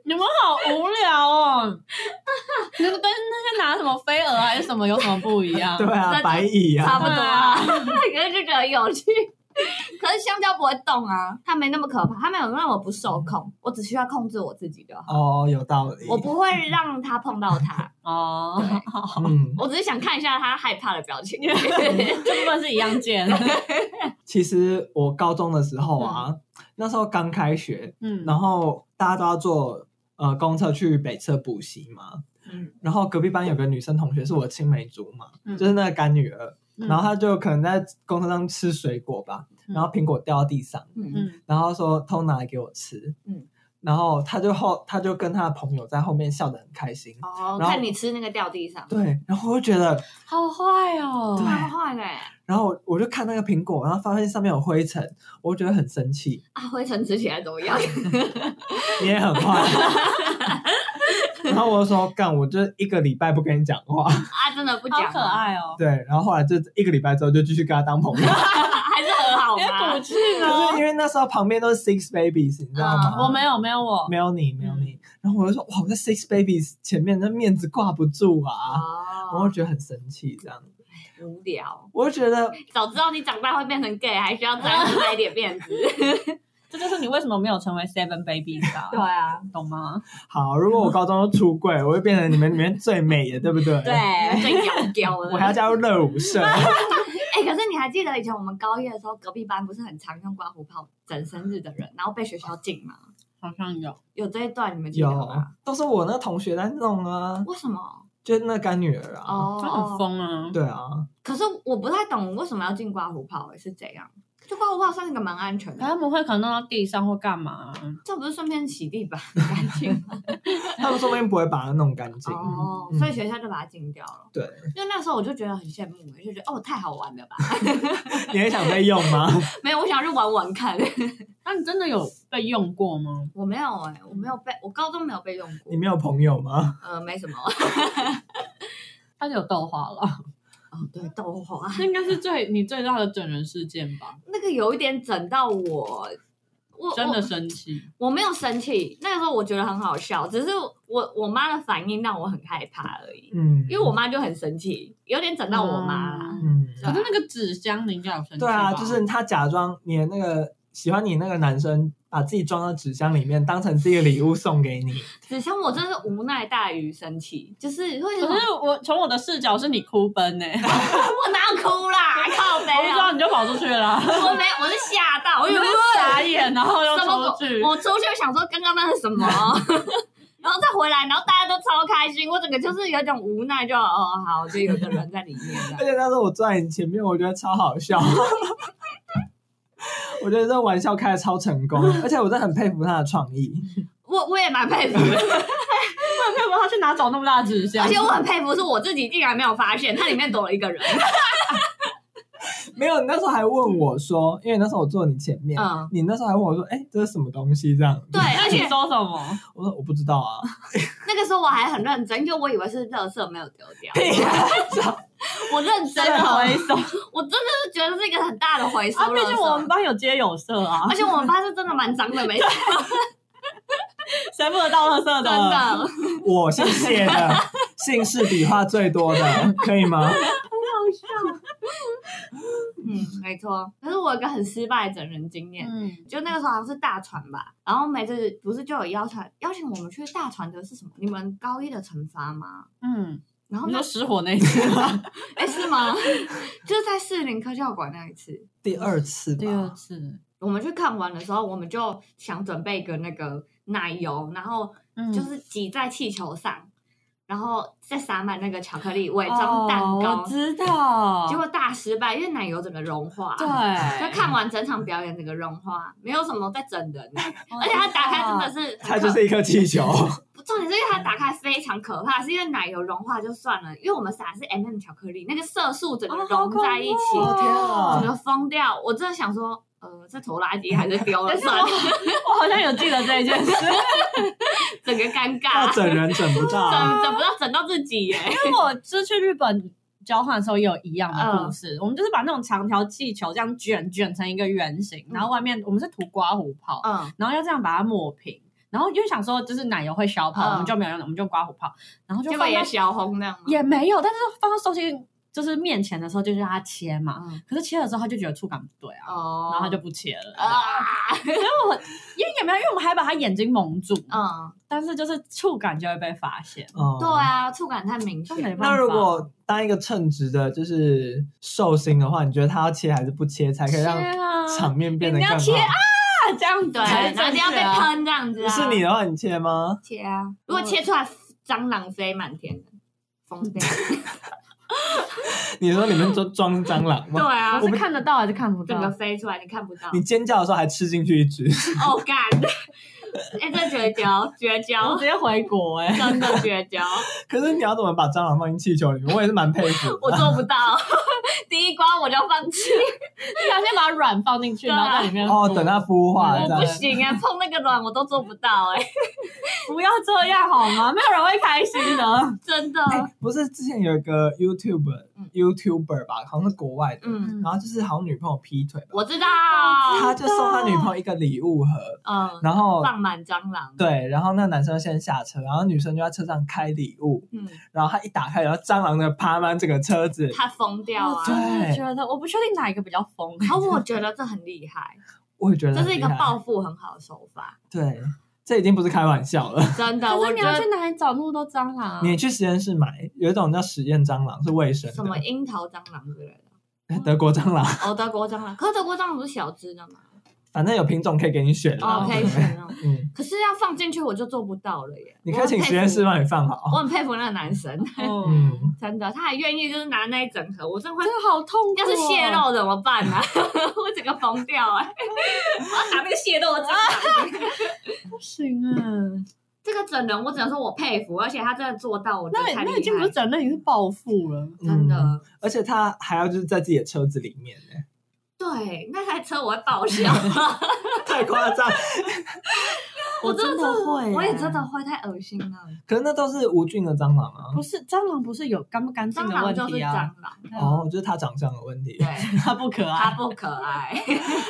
S4: 你们好无聊哦！那个跟那些拿什么飞蛾还是什么有什么不一样？
S2: 对啊
S3: 那，
S2: 白蚁啊，
S3: 差不多啊。可是就觉得很有趣。可是香蕉不会动啊，它啊没那么可怕，它没有让我不受控，我只需要控制我自己就好。
S2: 哦，有道理。
S3: 我不会让它碰到它，
S4: 哦，
S2: 嗯，
S3: 我只是想看一下它害怕的表情。
S4: 这部分是一样 贱。
S2: 其实我高中的时候啊，
S3: 嗯
S2: 那时候刚开学，
S4: 嗯，
S2: 然后大家都要坐呃公车去北车补习嘛。
S3: 嗯
S2: 然后隔壁班有个女生同学是我青梅竹马，
S4: 嗯
S2: 就是那个干女儿。
S4: 嗯
S2: 然后她就可能在公车上吃水果吧，
S4: 嗯
S2: 然后苹果掉到地上，
S3: 嗯
S4: 嗯
S2: 然后她说偷拿来给我吃。
S3: 嗯
S2: 然后她就后她就跟她的朋友在后面笑得很开心。
S3: 哦，
S2: 然后
S3: 看你吃那个掉地上，
S2: 对，然后我就觉得，
S4: 好坏哦
S2: 对
S3: 蛮坏的欸
S2: 然后我就看那个苹果，然后发现上面有灰尘，我就觉得很生气。
S3: 啊！灰尘吃起来怎么 样？
S2: 你也很坏。然后我就说干，我就一个礼拜不跟你讲话。
S3: 啊，真的不讲
S4: 好
S3: 啊，
S4: 可爱哦，
S2: 对，然后后来就一个礼拜之后就继续跟他当朋友，
S3: 还是很好
S4: 因为
S3: 吗
S4: 骨？质
S2: 就
S4: 哦
S2: 是因。为那时候旁边都是 Six Babies，你知道吗？
S4: 啊我没有没有我，
S2: 没有你，没有你。然后我就说哇，我在 Six Babies 前面那面子挂不住啊，然后
S3: 哦
S2: 我，觉得很生气，这样，
S3: 无聊。
S2: 我就觉得
S3: 早知道你长大会变成 gay，还需要再出来一点面子。
S4: 这就是你为什么没有成为 Seven Baby 的，
S3: 啊，
S4: 懂吗？
S2: 好，如果我高中出柜，我会变成你们里面最美的，对不对？
S4: 对，
S3: 真摇掉了。
S2: 我还要加入热舞社，
S3: 哎、可是你还记得以前我们高一的时候，隔壁班不是很常用刮胡泡整生日的人，然后被学校禁吗？
S4: 好像有，
S3: 有这一段你们记得
S2: 有
S3: 吗？
S2: 都是我那同学在弄啊，
S3: 为什么？
S2: 就是那干女儿啊，
S4: 他很
S3: 哦，
S4: 疯啊。
S2: 对啊，
S3: 可是我不太懂为什么要禁刮胡泡、欸，是怎样？就刮胡泡算是个蛮安全
S4: 可
S3: 的，
S4: 他们会可能弄到地上或干嘛？啊
S3: 这不是顺便洗地板干净 吗？
S2: 他们说不定不会把它弄干净。
S3: 哦，
S2: 嗯
S3: 所以学校就把它禁掉了。
S2: 对，
S3: 因为那时候我就觉得很羡慕，就觉得哦太好玩了吧？
S2: 你也想被用 吗？
S3: 没有，我想去玩玩看。
S4: 那你真的有被用过吗？
S3: 我没有哎、我没有被，我高中没有被用过
S2: 你，没有朋友吗？
S3: 呃，没什么。
S4: 他是有豆花了，
S3: 哦，对，豆花
S4: 这应该是最你最大的整人事件吧？
S3: 那个有一点整到我，我
S4: 真的
S3: 我
S4: 生气，
S3: 我没有生气，那个时候我觉得很好笑，只是我我妈的反应让我很害怕而已，
S2: 嗯，
S3: 因为我妈就很生气，有点整到我妈啦。
S2: 嗯，
S3: 对啊
S4: 可是那个纸箱你应该有生气
S2: 对啊，
S4: 吧
S2: 就是他假装你的那个喜欢你那个男生，把自己装到纸箱里面，当成自己的礼物送给 你。
S3: 只像我真是无奈大于生气，就是会觉得
S4: 可是我从我的视角是你哭奔呢、
S3: 啊我哪有哭啦，靠
S4: 我不
S3: 背
S4: 知道
S3: 啊，
S4: 你就跑出去 了，
S3: 我没有，我是吓到，我
S4: 我
S3: 以
S4: 就
S3: 为
S4: 是傻眼，然后又
S3: 什么
S4: 出
S3: 鬼
S4: 去？。
S3: 我出去想说刚刚那是 什么，然后再回来，然后大家都超开心，我整个就是有一种无奈就，哦好，就有一个人在里面这样
S2: 而。且那时候我坐在你前面，我觉得超好笑。 我觉得这玩笑开的超成 功，而且我真的很佩服他的创意。
S3: 我我也蛮佩服的，
S4: 我很佩服他去哪找那么大的纸箱
S3: 而且我很佩服是我自己竟然没有发现，它里面躲了一个人。
S2: 没有，你那时候还问我说，因为那时候我坐你前面，
S3: 嗯
S2: 你那时候还问我说，哎、这是什么东西？这样，
S3: 对， 而且
S4: 说什么？
S2: 我说我不知道啊，
S3: 那个时候我还很认真，因为我以为是垃圾没有丢 掉，我认真
S4: 回
S3: 了，
S4: 收
S3: 我真的是觉得是一个很大的回 收
S4: 啊！
S3: 垃
S4: 毕
S3: 圾。
S4: 竟我们班有街有社 啊
S3: 而，且我们班是真的蛮脏的， 没错，
S4: 谁不得到垃圾
S3: 真
S4: 啊
S3: 的。
S2: 我姓 谢的，姓氏笔画最多的，可以吗？
S3: 嗯，没错。可是我有一个很失败的整人经验，
S4: 嗯，
S3: 就那个时候好像是大船吧，然后每次不是就有邀请邀请我们去大船的是什么？你们高一的惩罚吗？
S4: 嗯，
S3: 然后
S4: 你
S3: 那
S4: 说失火那一次吗？
S3: 哎是吗？ 就是在士林科教馆那一次，
S2: 第二次 吧，
S4: 第二次，
S3: 我们去看完的时候，我们就想准备一个那个奶油，然后
S4: 嗯
S3: 就是挤在气球上，然后再撒满那个巧克力伪装蛋
S4: 哦
S3: 糕，
S4: 我知道，
S3: 结果大失败，因为奶油整个融化。
S4: 对，
S3: 就看完整场表演，整个融化，没有什么在整人 的，
S4: 我
S3: 而且它打开真的
S4: 知
S3: 是很
S2: 它
S3: 可，
S2: 就是一颗 气球，
S3: 重点是因为它打开非常可怕，是因为奶油融化就算了，因为我们撒的是 M、m 巧克力，那个色素整个
S4: 哦好
S3: 融在一起，
S4: 恐怖哦
S2: 天啊！
S3: 整个疯掉。我真的想说，呃，这投垃圾还是丢 了
S4: 但是
S3: 算了，
S4: 道，我好像有记得这一件事，
S3: 整个尴
S2: 要
S3: 尬，
S2: 整人整不到啊，
S3: 整整不到整到自己耶。
S4: 因为我就是去日本交换的时候也有一样的故
S3: 嗯
S4: 事，我们就是把那种长条气球这样卷卷成一个圆形，
S3: 嗯
S4: 然后外面我们是涂刮胡泡，
S3: 嗯，
S4: 然后要这样把它抹平。然后又想说，就是奶油会消泡，
S3: 嗯
S4: 我们就没有用，我们就刮胡泡，然后就
S3: 结
S4: 放
S3: 果
S4: 到
S3: 也小红那样吗？
S4: 也没有，但是放到寿星就是面前的时候，就让它切嘛。
S3: 嗯
S4: 可是切了之后，他就觉得触感不对啊，
S3: 哦，
S4: 然后他就不切了。
S3: 啊，
S4: 因为也没有，因为我们还把他眼睛蒙住，
S3: 嗯，
S4: 但是就是触感就会被发现。
S2: 嗯
S3: 对。啊，触感太明
S4: 就没
S3: 显。
S4: 办法
S2: 那如果当一个称职的，就是寿星的话，你觉得他要切还是不切，才可以让
S4: 切啊
S2: 场面变得
S4: 你
S2: 更
S4: 一定
S2: 好？
S4: 要切啊这样
S3: 对，
S4: 才
S3: 然
S4: 是
S3: 后
S4: 正
S3: 就
S4: 确
S3: 要被
S4: 啊
S3: 喷这样子啊。
S2: 是你的话，你切吗？
S3: 切啊！如果切出来蟑螂飞满天的，疯 掉。
S2: 你说你们装装蟑螂
S3: 对
S2: 吗？
S3: 啊
S4: 我，是看得到还是看不到
S3: 整？个飞出来你看不到
S2: 你。尖叫的时候还吃进去一只，
S3: 哦干！ 哎，这绝交，绝
S4: 我
S3: 交
S4: 直，接回国 哎、
S3: 真的绝交，
S2: 可是你要怎么把蟑螂放进气球里面？我也是蛮 佩服的。
S3: 我做不到。 第一关我就放弃，
S4: 你想先把卵放进去，
S3: 对啊
S4: 然后在里面
S2: 哦，等它孵化
S3: 我
S2: 这
S3: 不
S2: 样。
S3: 行啊，碰那个卵我都做不到哎，
S4: 不要这样好吗？没有人会开心的。
S3: 真的。
S2: 哎不是之前有一个 YouTube
S3: 嗯
S2: YouTuber 吧，好像是国外的，
S3: 嗯，
S2: 然后就是好像女朋友劈腿吧，
S3: 我知道。哦
S2: 他就送他女朋友一个礼物盒，
S3: 嗯，
S2: 然后
S3: 放满蟑螂。
S2: 对，然后那男生先下车，然后女生就在车上开礼物，
S3: 嗯，
S2: 然后他一打开，然后蟑螂的爬满整个车子。
S3: 他疯掉
S4: 我
S3: 啊。
S4: 真的觉得，我不确定哪一个比较疯。
S3: 然后我觉得这很厉害，
S2: 我也觉得
S3: 这
S2: 很
S3: 是一个
S2: 厉害
S3: 报复很好的手法，
S2: 对，这已经不是开玩笑了。
S3: 真的。
S4: 可
S3: 啊我
S4: 是你
S3: 觉
S4: 要
S3: 得
S4: 去哪里找那么多蟑螂？啊
S2: 你去实验室买，有一种叫实验蟑螂，是卫生
S3: 嗯什么
S2: 的，
S3: 樱桃蟑螂之类的。
S2: 哎德国蟑螂，
S3: 哦，德国蟑螂，可是德国蟑螂不是小只的吗？
S2: 反正有品种可以给你选啦。
S3: 哦，可以选哦。
S2: 嗯，
S3: 可是要放进去我就做不到了耶。
S2: 你可以请实验室
S3: 吗？
S2: 帮你放好。
S3: 我很佩服那个男生，
S4: 嗯，
S2: 嗯，
S3: 真的，他还愿意就是拿那一整盒，我真的会
S4: 真。的好痛苦、哦
S3: 要是泄，露怎么办啊？ 我整个疯掉哎、我要打那个泄露针。
S4: 不行哎、
S3: 这个整人，我只能说我佩服，而且他真的做到，我觉
S4: 那
S3: 得太厉
S4: 那已经不
S3: 害
S4: 是。整了，已经是暴富了。
S3: 真
S2: 嗯
S3: 的，
S2: 而且他还要就是在自己的车子里面， 哎，
S3: 对，那台车我会报销。
S2: 太夸张。
S3: 我真的
S4: 我会、
S3: 我也真的。会，太恶心了。
S2: 可是那都是无菌的蟑螂啊。
S4: 不是蟑螂，不是有干不干净
S3: 蟑
S4: 的
S3: 螂
S4: 问
S3: 就是
S4: 题
S3: 蟑
S4: 啊？
S3: 螂，
S4: 对啊
S2: 哦，，就是它长相的问题
S3: 对，，啊
S4: 它不可
S3: 它
S4: 爱，
S3: 不可爱，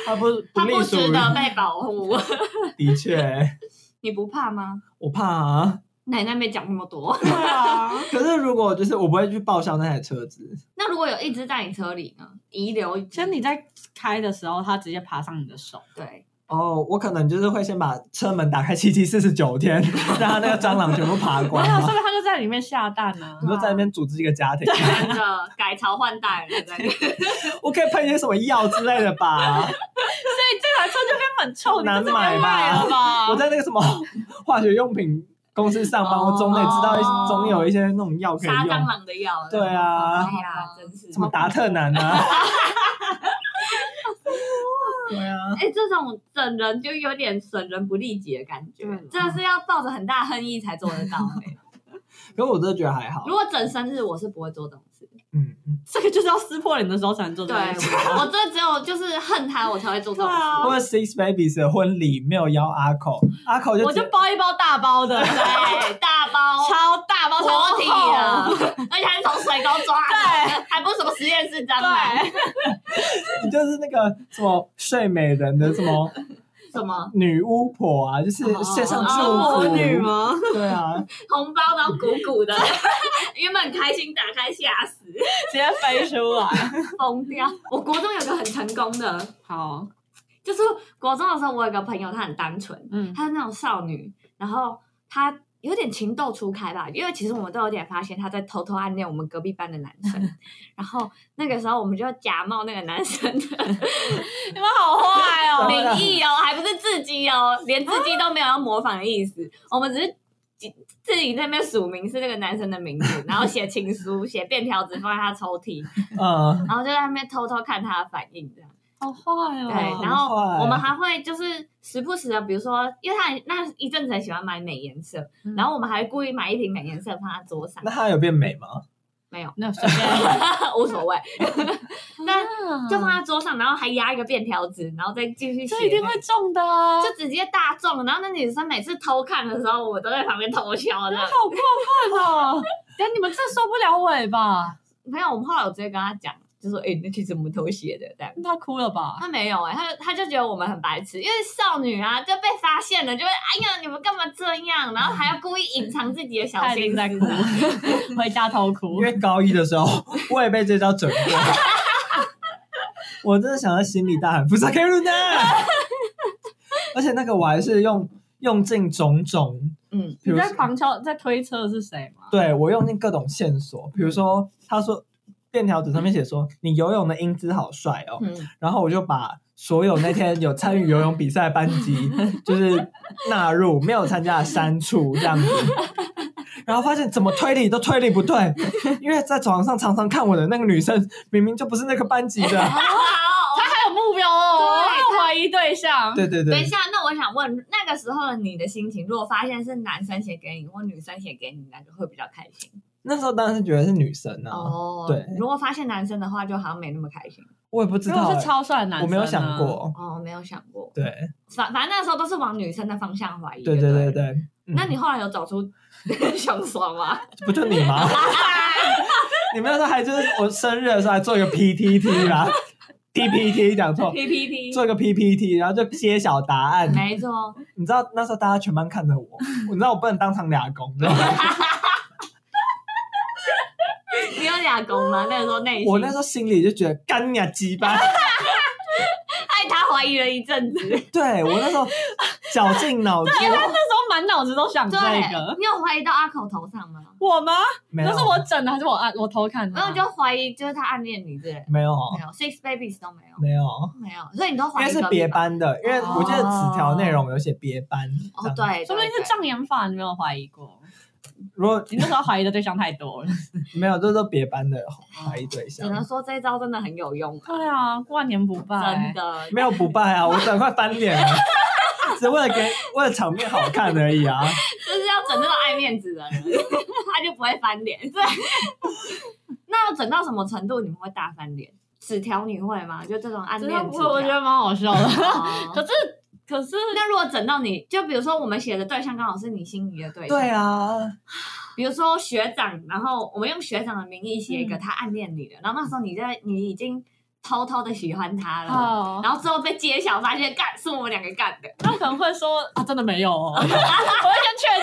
S2: 它不不
S3: 它
S2: 隶
S3: 不
S2: 属
S3: 值
S2: 于。
S3: 得被保护。
S2: 的确，
S3: 你不怕吗？
S2: 我怕啊。
S3: 奶奶没讲那么多。
S2: 对啊。可是如果就是我不会去报销那台车子，
S3: 那如果有一只在你车里呢？遗留一只，
S4: 其实你在开的时候，它直接爬上你的手。
S3: 对，
S2: 哦，我可能就是会先把车门打开七七四十九天， 让它那个蟑螂全部爬光
S4: 没有，
S2: 嘛
S4: 说。明它就在里面下蛋啊 呢、
S2: 你说在那边组织一个家庭，
S3: 真的改朝换代了，在那边
S2: 我可以喷一些什么药之类的 吧？
S3: 啊
S4: 所以这台车就变很臭，
S2: 难
S4: 你就这边
S2: 买吧
S4: 卖了吧？
S2: 我在那个什么化学用品公司上班，
S4: 哦
S2: 我总得知道
S3: 哦
S2: 一总有一些那种药可以
S3: 杀蟑
S2: 用，
S3: 螂的药。
S2: 对啊
S3: 哎呀，真是
S2: 什。么达特南 啊。对啊，
S3: 哎，这种整人就有点损人不利己的感觉
S4: 嗯，
S3: 真的是要抱着很大恨意才做得到欸。
S2: 可是我真的觉得还好
S3: 如。果整生日，我是不会做这种事。
S2: 嗯嗯，
S4: 这个就是要撕破脸的时候才能做这
S3: 对，
S4: 件事。
S3: 我我这只有就是恨他，我才会做这种事。
S4: 对啊
S2: 或者 Six Babies 的婚礼没有邀阿口，阿口就
S4: 我
S2: 直接
S4: 就包一包大包的，
S3: 对，大包
S4: 超大包
S3: 活
S4: 超
S3: 体
S4: 体
S3: 的，而且还是从水沟抓的，还不是什么实验室蟑 螂，
S4: 对，哦
S2: 你就是那个什么睡美人的什么
S3: 什么
S2: 女巫婆啊，就是线上祝
S3: 哦
S2: 福
S4: 魔女？吗？
S2: 对啊，
S3: 红包然后鼓鼓的， 原本很开心打开吓死，
S4: 直接飞出来。
S3: 疯掉。我国中有个很成功的，
S4: 好，
S3: 就是国中的时候，我有个朋友，她很单纯，
S4: 嗯，
S3: 她是那种少女，然后她。有点情窦初开吧，因为其实我们都有点发现她在偷偷暗恋我们隔壁班的男 生，然后那个时候我们就假冒那个男生的
S4: 你们好坏哦！
S2: 对
S3: 名义哦，还不是自己哦，连自己都没有要模仿的意思。我们只是自自己在那边署名是那个男生的名字，然后写情书、写便条纸放在他抽屉，
S2: 嗯，
S3: 然后就在那边偷偷看他的反应这样。
S4: 好坏哦
S3: 对，
S2: 好
S3: 然后
S2: 坏
S3: 我们还会就是时不时的，比如说，因为他那一阵子很喜欢买美颜色，
S4: 嗯
S3: 然后我们还故意买一瓶美颜色放他桌上
S2: 那，她有变美吗？
S3: 没有
S4: 那随便，
S3: 无所谓，
S4: 嗯
S3: 那就
S4: 干
S3: 放
S4: 嘛？
S3: 他桌上，然后还压一个便条纸，然后再继续写。
S4: 这一定会中的啊！
S3: 就直接大中，然后那女生每次偷看的时候，我都在旁边偷笑的。
S4: 好过分 哦！等下你们这受不了尾吧？
S3: 没有，我们后来有直接跟她讲，就说：“哎、那其实我们偷写的。”这样，
S4: 他哭了吧？
S3: 她没有哎、她她就觉得我们很白痴，因为少女啊，就被发现了，就会哎呀，你们干嘛这样？然后还要故意隐藏自己的小
S4: 他一
S3: 心
S4: 定
S3: 思
S4: 在哭，回家偷哭
S2: 因。为高一的时候我也被这招整过，我真的想在心里大喊“不是啊 k a r u n 而且那个我还是用用尽种种，
S3: 嗯，
S2: 比
S4: 你
S2: 如
S4: 在旁敲在推测是谁吗？
S2: 对我用尽各种线索，比如说他说便条纸上面写说你游泳的英姿好帅哦，
S3: 嗯，
S2: 然后我就把所有那天有参与游泳比赛的班级就是纳入，没有参加的删除这样子。然后发现怎么推理都推理不对，因为在走廊上常常看我的那个女生，明明就不是那个班级的。
S3: 好。
S4: 他还有目标哦，
S3: 对
S4: 他有怀疑对象。
S2: 对对
S3: 等一
S2: 对，
S3: 下，那我想问，那个时候的你的心情，如果发现是男生写给你或女生写给你，那就会比较开心
S2: 那时候当然是觉得是女生啊，
S3: 哦
S2: 对
S3: 如果发现男生的话，就好像没那么开心
S2: 我也不知
S4: 如
S2: 道
S4: 果
S2: 欸、
S4: 是超帅的男生，
S2: 我
S4: 啊
S2: 没有想。过。
S3: 哦。没有想过，
S2: 对
S3: 反反正那时候都是往女生的方向怀疑。
S2: 对
S3: 对
S2: 对
S3: 不
S2: 对。对，嗯
S3: 那你后来有找出 凶手吗？
S2: 不就你吗？你们那时候还就是我生日的时候还做一个 PTT 啦，PPT 讲错
S3: PPT，
S2: 做一个 PPT，然后就揭晓答案。
S3: 没错，
S2: 你知道那时候大家全班看着 我，你知道我不能当场俩攻，你知道吗
S3: 你有俩公吗？那个时候内心，
S2: 我那时候心里就觉得干你啊鸡 巴！
S3: 害他怀疑了一阵子。
S2: 对我那时候绞尽脑汁，
S4: 那时候满脑子都想这
S3: 对，
S4: 个。嗯
S3: 你有怀疑到阿口头上吗？
S4: 我吗？
S2: 没有
S4: 那是我整的还是我暗我偷看的？啊
S3: 没有，就怀疑就是他暗恋你，对不对？
S2: 没有
S3: 没有，Six Babies 都没有，
S2: 没有，
S3: 没有，所以你都
S2: 因
S3: 怀
S2: 为
S3: 疑
S2: 是
S3: 隔壁
S2: 别。班的，因为我记得纸条内容有写别班。
S3: 哦，，对，
S4: 说不定是
S3: 样。
S4: 障眼法，你没有怀疑过。
S2: 如果
S4: 你那时候怀疑的对象太多 了。
S2: 没有，这都别班的怀疑对
S3: 只
S2: 象
S3: 能。说这一招哦真的很有用啊，
S4: 对啊，万年不败
S3: 真。的。
S2: 没有不败 啊，我整快翻脸了，只为了给为了场面好看而已啊。
S3: 就是要整那种爱面子的人， 他就不会翻脸。对， 那要整到什么程度你们会大翻脸？纸条你会吗？就这种暗
S4: 真
S3: 恋
S4: 的
S3: 纸
S4: 不
S3: 条
S4: 会，我觉得蛮好笑 的。
S3: 哦
S4: 可是可是，
S3: 那如果整到你，就比如说我们写的对象刚好是你心仪的对象，
S2: 对，啊，
S3: 比如说学长，然后我们用学长的名义写一个
S4: 嗯
S3: 他暗恋你的，然后那时候你在你已经偷偷的喜欢他了，
S4: 哦
S3: 然后之后被揭晓，发现干是我们两个干的，
S4: 他可能会说啊，真的没有 哦，我会先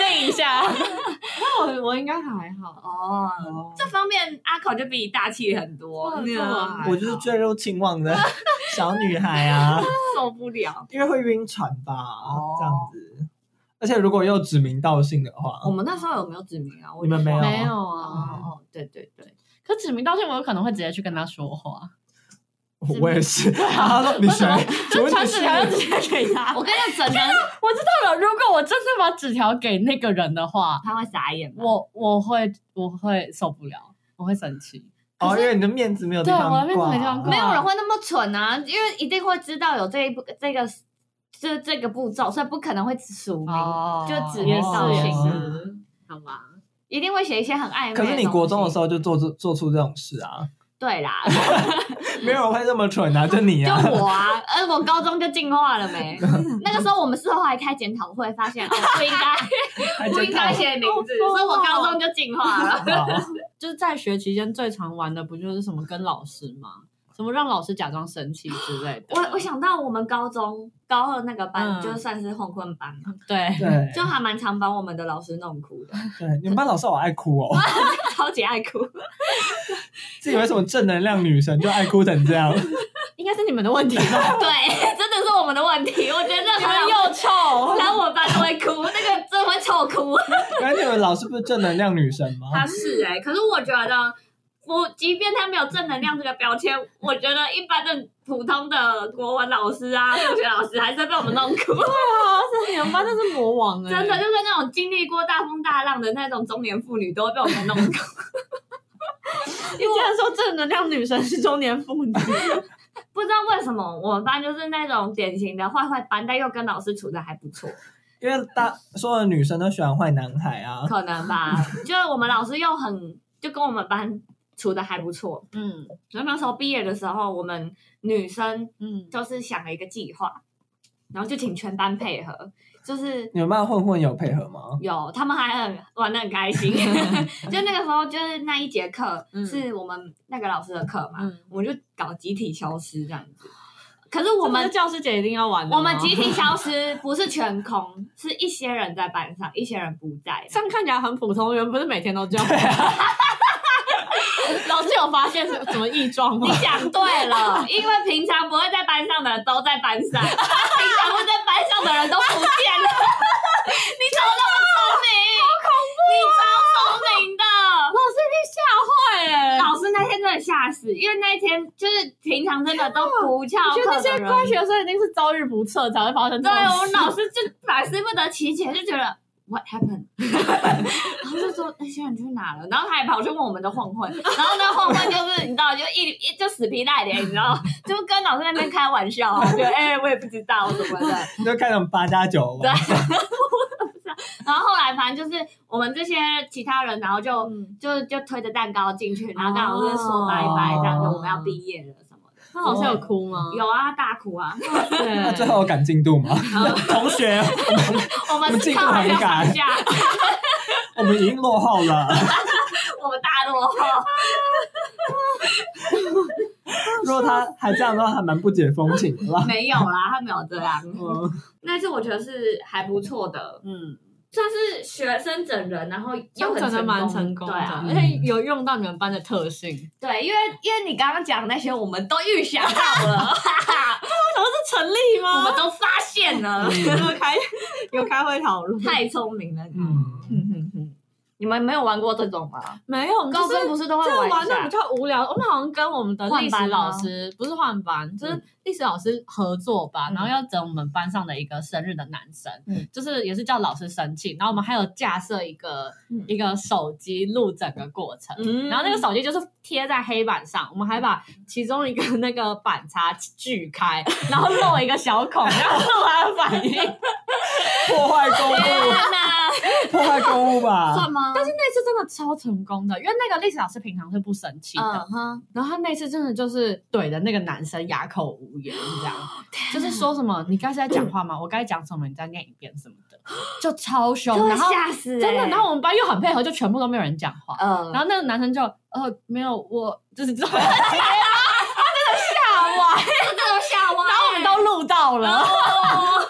S4: 确定一下。那我我应该还好。
S3: 哦，这方面阿考就比你大气很多，啊
S4: 哇这我还好
S2: 我就是坠入情网 的小女孩啊。
S3: 受不了。
S2: 因为会晕船吧，
S3: 哦
S2: 这样子。而且如果又指名道姓的话，
S3: 我们那时候有没有指名啊？我
S2: 你们没有
S4: 没有
S3: 哦
S4: 啊，
S3: 哦，对对对，
S4: 可指名道姓，我有可能会直接去跟他说话。
S2: 我我也是。然后他说你谁？请
S4: 就
S2: 问
S4: 传
S2: 你
S4: 纸
S2: 是？
S4: 条就直接给 他。
S3: 我跟你讲，整人
S4: 我知道了，如果我真的把纸条给那个人的话，
S3: 他会傻眼吧。
S4: 我我会我会受不了，我会生气。
S2: 哦，因为你的面子没有地
S4: 对
S2: 方
S4: 我的面子没地方
S2: 挂
S4: 挂
S3: 没有人会那么蠢啊，因为一定会知道有这一步这个这这个步骤，所以不可能会署名，
S4: 哦
S3: 就指
S4: 也
S3: 名
S4: 是
S3: 道
S4: 也
S3: 姓啊。
S4: 是，好吧。
S3: 一定会写一些很暧昧。
S2: 可是你国中的时
S3: 候，
S2: 候就做出做出这种事啊，
S3: 对啦，
S4: 嗯
S2: 没有人会这么蠢啊，就你
S3: 就
S2: 啊。
S3: 我啊，呃，我高中就进化了没？那个时候我们事后还开检讨会，发现、哦、不应该
S2: 还
S3: 不应
S2: 真
S3: 该
S2: 好
S3: 写名字，
S4: 好疯哦
S3: 所以我高中就进化了。
S2: 好
S4: 就是在学期间最常玩的不就是什么跟老师吗？什么让老师假装生气之类的。
S3: 我我想到我们高中高二那个班，
S4: 嗯
S3: 就算是混混班嘛，
S4: 对，
S2: 对
S3: 就还蛮常把我们的老师弄哭的，
S2: 对，你们班老师好爱哭哦，
S3: 超级爱哭。
S2: 自以为什么正能量女神就爱哭成这样。
S4: 应该是你们的问题吧？
S3: 对，真的是我们的问题。我觉得 任
S4: 你
S3: 何
S4: 们
S3: 人
S4: 又 臭，
S3: 来我班都会哭，那个真的会臭哭。
S2: 感觉你们老师不是正能量女神吗？
S3: 他是哎、可是我觉得，我即便他没有正能量这个标签，我觉得一般的普通的国文老师啊、数学老师还是会被我们弄哭。
S4: 真的，你们班真是魔王哎、
S3: 真的就是那种经历过大风大浪的那种中年妇女，都会被我们弄哭。
S4: 你竟然说正能量女神是中年妇女，
S3: 不知道为什么我们班就是那种典型的坏坏班，但又跟老师处的还不错，
S2: 因为大所有的女生都喜欢坏男孩啊。
S3: 可能吧。就是我们老师又很就跟我们班处的还不错。
S4: 嗯
S3: 然后那时候毕业的时候，我们女生
S4: 嗯，
S3: 就是想了一个计划，然后就请全班配合，就是
S2: 你们班混混有配合 吗？
S3: 有他们还很玩的很开心。就那个时候，就是那一节课
S4: 嗯
S3: 是我们那个老师的课嘛，
S4: 嗯
S3: 我们就搞集体消失这样子。可是我
S4: 我们
S3: 们
S4: 教师节一定要玩的吗，
S3: 我们集体消失不是全空，是一些人在班上，一些人不在。
S4: 这样看起来很普通，人不是每天都这样吗。老师有发现什什么异状吗
S3: 你？讲对 了，因为平常不会在班上的人都在班 上，平常会在班上的人都不见了。你怎么那么聪明？好恐怖、你超聪明的。
S4: 老师一定吓坏了。
S3: 老师那天真的吓死，因为那一天就是平常真的都不翘
S4: 我觉得那
S3: 课的
S4: 些
S3: 人。
S4: 乖学生一定是遭遇不测才会发生这
S3: 对
S4: 种事。
S3: 我们老师就百思不得其解，就觉得 What happened？然后就说那哎些人去哪了？然后他还跑去问我们的混混，然后那混混就是你知道，就一一就死皮赖脸，你知道，就跟老师那边开玩笑啊，就哎、我也不知道什么的。
S2: 你就看成八加九
S3: 对，然后后来反正就是我们这些其他人，然后就、
S4: 嗯
S3: 就就推着蛋糕进去，然后跟老师说拜拜，这样子我们要毕业了什么的。
S4: 那老师有哭 吗？
S3: 有啊，大哭啊！
S4: 对，哦
S2: 那最后有赶进度 吗？同学，
S3: 我们是靠还是吵架？
S2: 我们已经落后 了。
S3: 我们大落后。
S2: 如果他还这样的话，还蛮不解风情的 啦。
S3: 没有啦，他没有这样。
S2: 嗯，
S3: 那次我觉得是还不错的，
S4: 嗯，
S3: 算是学生整人，然后
S4: 这样
S3: 又很
S4: 真的蛮成
S3: 成
S4: 功
S3: 对
S4: 的，
S3: 啊，
S4: 而且有用到你们班的特性。
S3: 对，啊因为因为你刚刚讲的那些，我们都预想到了， 哈哈
S4: 那么是 成立
S3: 我
S4: 吗？
S3: 们都发现了，
S4: 有开有开会讨论？
S3: 太聪明了。
S2: 嗯，
S3: 嗯哼哼，你们没有玩过这种吗？
S4: 没有，就
S3: 高
S4: 是
S3: 中不是都会
S4: 这个
S3: 玩
S4: 玩
S3: 一
S4: 的
S3: 下
S4: 比较无聊。我们好像跟我们的历
S3: 换
S4: 史
S3: 班
S4: 老
S3: 吗
S4: 师不是换班，就是历史老师合作吧，
S3: 嗯
S4: 然后要整我们班上的一个生日的男生，
S3: 嗯
S4: 就是也是叫老师生气，然后我们还有架设一个、
S3: 嗯
S4: 一个手机录整个过程。
S3: 嗯
S4: 然后那个手机就是贴在黑板上，我们还把其中一个那个板擦锯开，然后露一个小孔，然后录他的反应。
S2: 破坏公物，
S3: 天哪，
S2: 破坏公物 吧。
S3: 啊算吗？但 是
S4: 那次真的超成功的，因为那个历史老师平常是不生气的，
S3: 嗯哼，
S4: 然后他那次真的就是怼的那个男生哑口无言，这样，
S3: 哦
S4: 就是说什么你刚才在讲话吗？我该讲什么？你再念一遍什么的，就超凶。
S3: 就会
S4: 然后
S3: 吓死欸，
S4: 真的，然后我们班又很配合，就全部都没有人讲话。
S3: 嗯，
S4: 然后那个男生就呃没有，我就是 这种他真的吓我，
S3: 这种吓歪，
S4: 然后我们都录到了。
S3: 哦，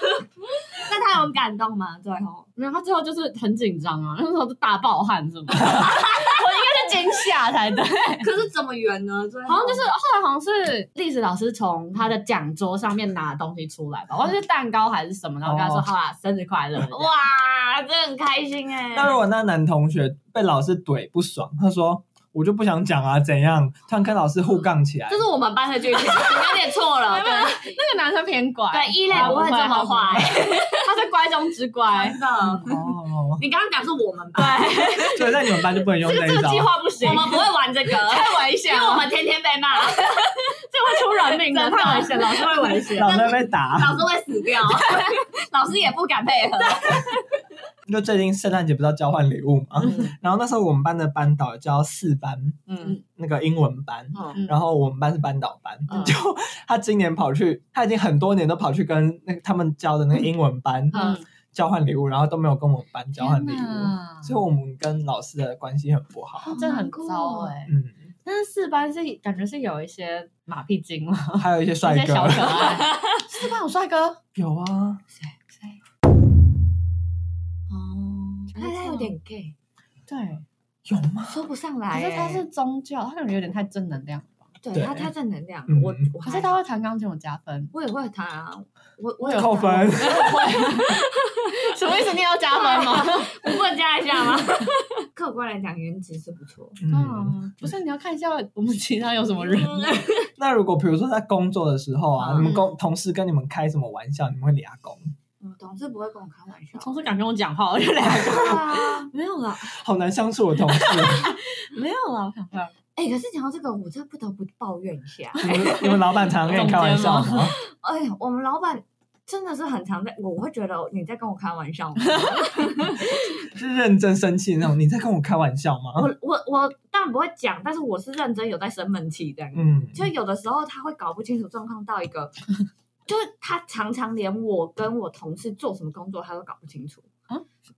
S3: 那他有感动吗？最后，
S4: 没有，他最后就是很紧张啊，那时候是大暴汗什么 的，我应 该是惊吓才对。
S3: 可是怎么圆呢？最后
S4: 好像就是后来好像是历史老师从他的讲桌上面拿东西出来吧，忘记是蛋糕还是什么，然后我跟他说：“
S2: 哦
S4: 好啦，生日快乐。”哇，
S3: 哇，这很开心哎、
S2: 那如果那男同学被老师怼不爽，他说我就不想讲啊，怎样？突然跟老师互杠起来
S3: 这，是我们班的剧情，有点错了。
S4: 没有
S3: 对
S4: 那个男生偏乖，
S3: 对，一类
S4: 他
S3: 不会这么
S4: 他
S3: 坏，
S4: 他是乖中之乖。
S3: 真的。
S2: 哦，
S3: 你刚刚讲是我们班，
S4: 对，
S2: 所以在你们班就不能用
S4: 这
S2: 这
S4: 个这
S2: 一
S4: 个
S2: 招
S4: 计。划不行，
S3: 我们不会玩 这个，
S4: 太危
S3: 因
S4: 险
S3: 为我
S4: 了，
S3: 们天天被骂，
S4: 啊这会出人命的，
S3: 真的
S4: 太危险，老师会危险。
S2: 老师会被打，
S3: 老师会死掉，老师也不敢配合。
S2: 就最近圣诞节不是要交换礼物嘛，
S4: 嗯
S2: 然后那时候我们班的班导教四班
S4: 嗯
S2: 那个英文班，
S4: 嗯，
S2: 然后我们班是班导班，
S3: 嗯
S2: 就他今年跑去，他已经很多年都跑去跟那个他们教的那个英文班、
S3: 嗯
S2: 交换礼物，然后都没有跟我们班交换礼
S4: 天
S2: 物，
S4: 哪
S2: 所以我们跟老师的关系很不好。
S4: 这哦很糟哎。
S2: 嗯，
S4: 但是四班是感觉是有一些马屁精了，
S2: 还有一些
S4: 一
S2: 帅
S4: 些
S2: 哥
S4: 小，可 爱。四班有帅哥，
S2: 有啊，
S4: 谁谁？
S3: 哦，
S4: 他他有点
S3: gay，
S4: 对，
S2: 有吗？
S3: 说不上
S4: 可
S3: 来欸。
S4: 是他是宗教，他可能有点太正能量了吧。
S3: 对
S2: 对
S3: 他他正能量
S2: 嗯，
S3: 我我
S4: 可
S3: 还。
S4: 是他会弹钢琴，我加分
S3: 我也会弹啊，我我有
S2: 扣分，
S4: 什么意思？你要加分吗？
S3: 我不能加一下吗？客观来讲，颜值是不错。
S2: 嗯，
S4: 嗯，不是，你要看一下我们其他有什么人。
S2: 那如果比如说在工作的时候啊，
S3: 嗯
S2: 你们工同事跟你们开什么玩笑，你们会俩工，
S3: 嗯，董事不会跟我开玩 笑。
S4: 同事敢跟我讲话，我就两 个。
S3: 对啊，没有啦。
S2: 好难相处的同事，
S4: 没有啦，我想想，
S3: 哎，可是讲到这个，我真的不得不抱怨一下。
S2: 你们你们老板常常 跟你开玩笑
S4: 中间
S2: 吗？
S3: 哎呀，我们老板真的是很常在，我会觉得你在跟我开玩笑 吗。
S2: 是认真生气那种，你在跟我开玩笑吗？
S3: 我我我当然不会讲，但是我是认真有在生闷气这样。
S2: 嗯，
S3: 就有的时候他会搞不清楚状况到一个， 就是他常常连我跟我同事做什么工作他都搞不清楚，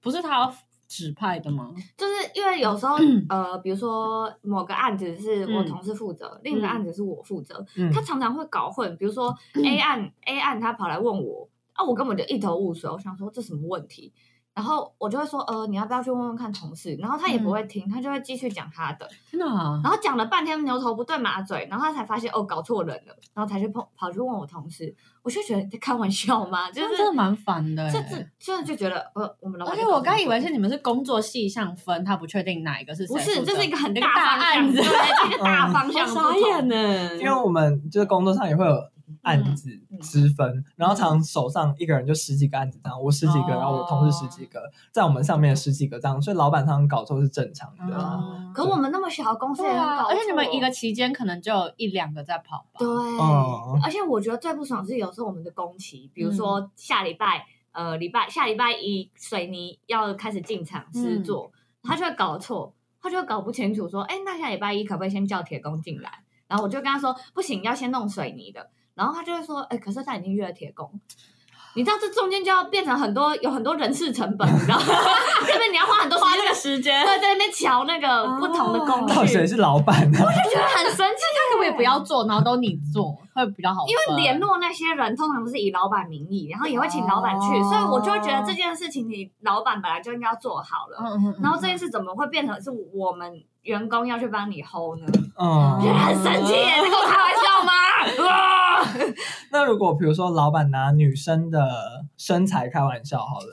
S4: 不是他要指派的吗？
S3: 就是因为有时候
S4: 嗯
S3: 呃，比如说某个案子是我同事负责，另一个案子是我负责，
S2: 嗯
S3: 他常常会搞混。比 如说 A 案 A 案他跑来问我，啊，我根本就一头雾水，我想说这什么问题。然后我就会说，呃，你要不要去问问看同事？然后他也不会
S4: 嗯
S3: 听，他就会继续讲他的。
S4: 天哪！
S3: 然后讲了半天牛头不对马嘴，然后他才发现哦搞错人了，然后才去碰跑去问我同事，我就觉得你在开玩笑吗？就
S4: 这
S3: 是
S4: 真的蛮烦的欸。
S3: 这这真的就觉得呃我们老板
S4: 而
S3: 在
S4: 且
S3: 搞什么，
S4: 我刚以为是你们是工作细项分，他不确定哪一个是谁
S3: 不是，
S4: 负责
S3: 这是一个很
S4: 那
S3: 大
S4: 大案子
S3: 方，向对一个 大方向
S4: 我
S3: 的不同，
S4: 傻眼欸呢。
S2: 嗯因为我们就是工作上也会有案子
S3: 嗯
S2: 之分，然后常常手上一个人就十几个案子，这样我十几个，
S4: 哦
S2: 然后我同事十几个，在我们上面的十几个这样，所以老板常常搞错是正常的啊。
S4: 哦
S3: 可我们那么小的公司也
S4: 对
S3: 很
S4: 啊，
S3: 搞
S4: 而且你们
S3: 错
S4: 一个期间可能就有一两个在跑吧。
S3: 对，啊
S2: 哦
S3: 而且我觉得最不爽是有时候我们的工期，比如说下礼拜、呃礼拜下礼拜一水泥要开始进场施作，他就会搞错，他就会搞不清楚说，哎，那下礼拜一可不可以先叫铁工进来？然后我就跟他说不行，要先弄水泥的，然后他就会说，哎，可是他已经约了铁工。你知道这中间就要变成很多有很多人事成本，你知道吗？ 这边你要花很多时哦间
S4: 时 间
S3: 对在那边瞧那个不同的工
S2: 到底
S3: 具，
S2: 谁是老板啊 呢、
S3: 就觉得很生气。
S4: 可不可以不要做，然后都你做，会比较好分？
S3: 因为联络那些人通常都是以老板名义，然后也会请老板去，
S4: 哦
S3: 所以我就会觉得这件事情你老板本来就应该要做好了，
S4: 嗯，嗯嗯嗯
S3: 然后这件事怎么会变成是我们员工要去帮你 hold 呢？觉得
S2: 嗯，
S3: 很生气耶，在跟我开玩笑吗？啊
S2: 那如果比如说老板拿女生的身材开玩笑，好了，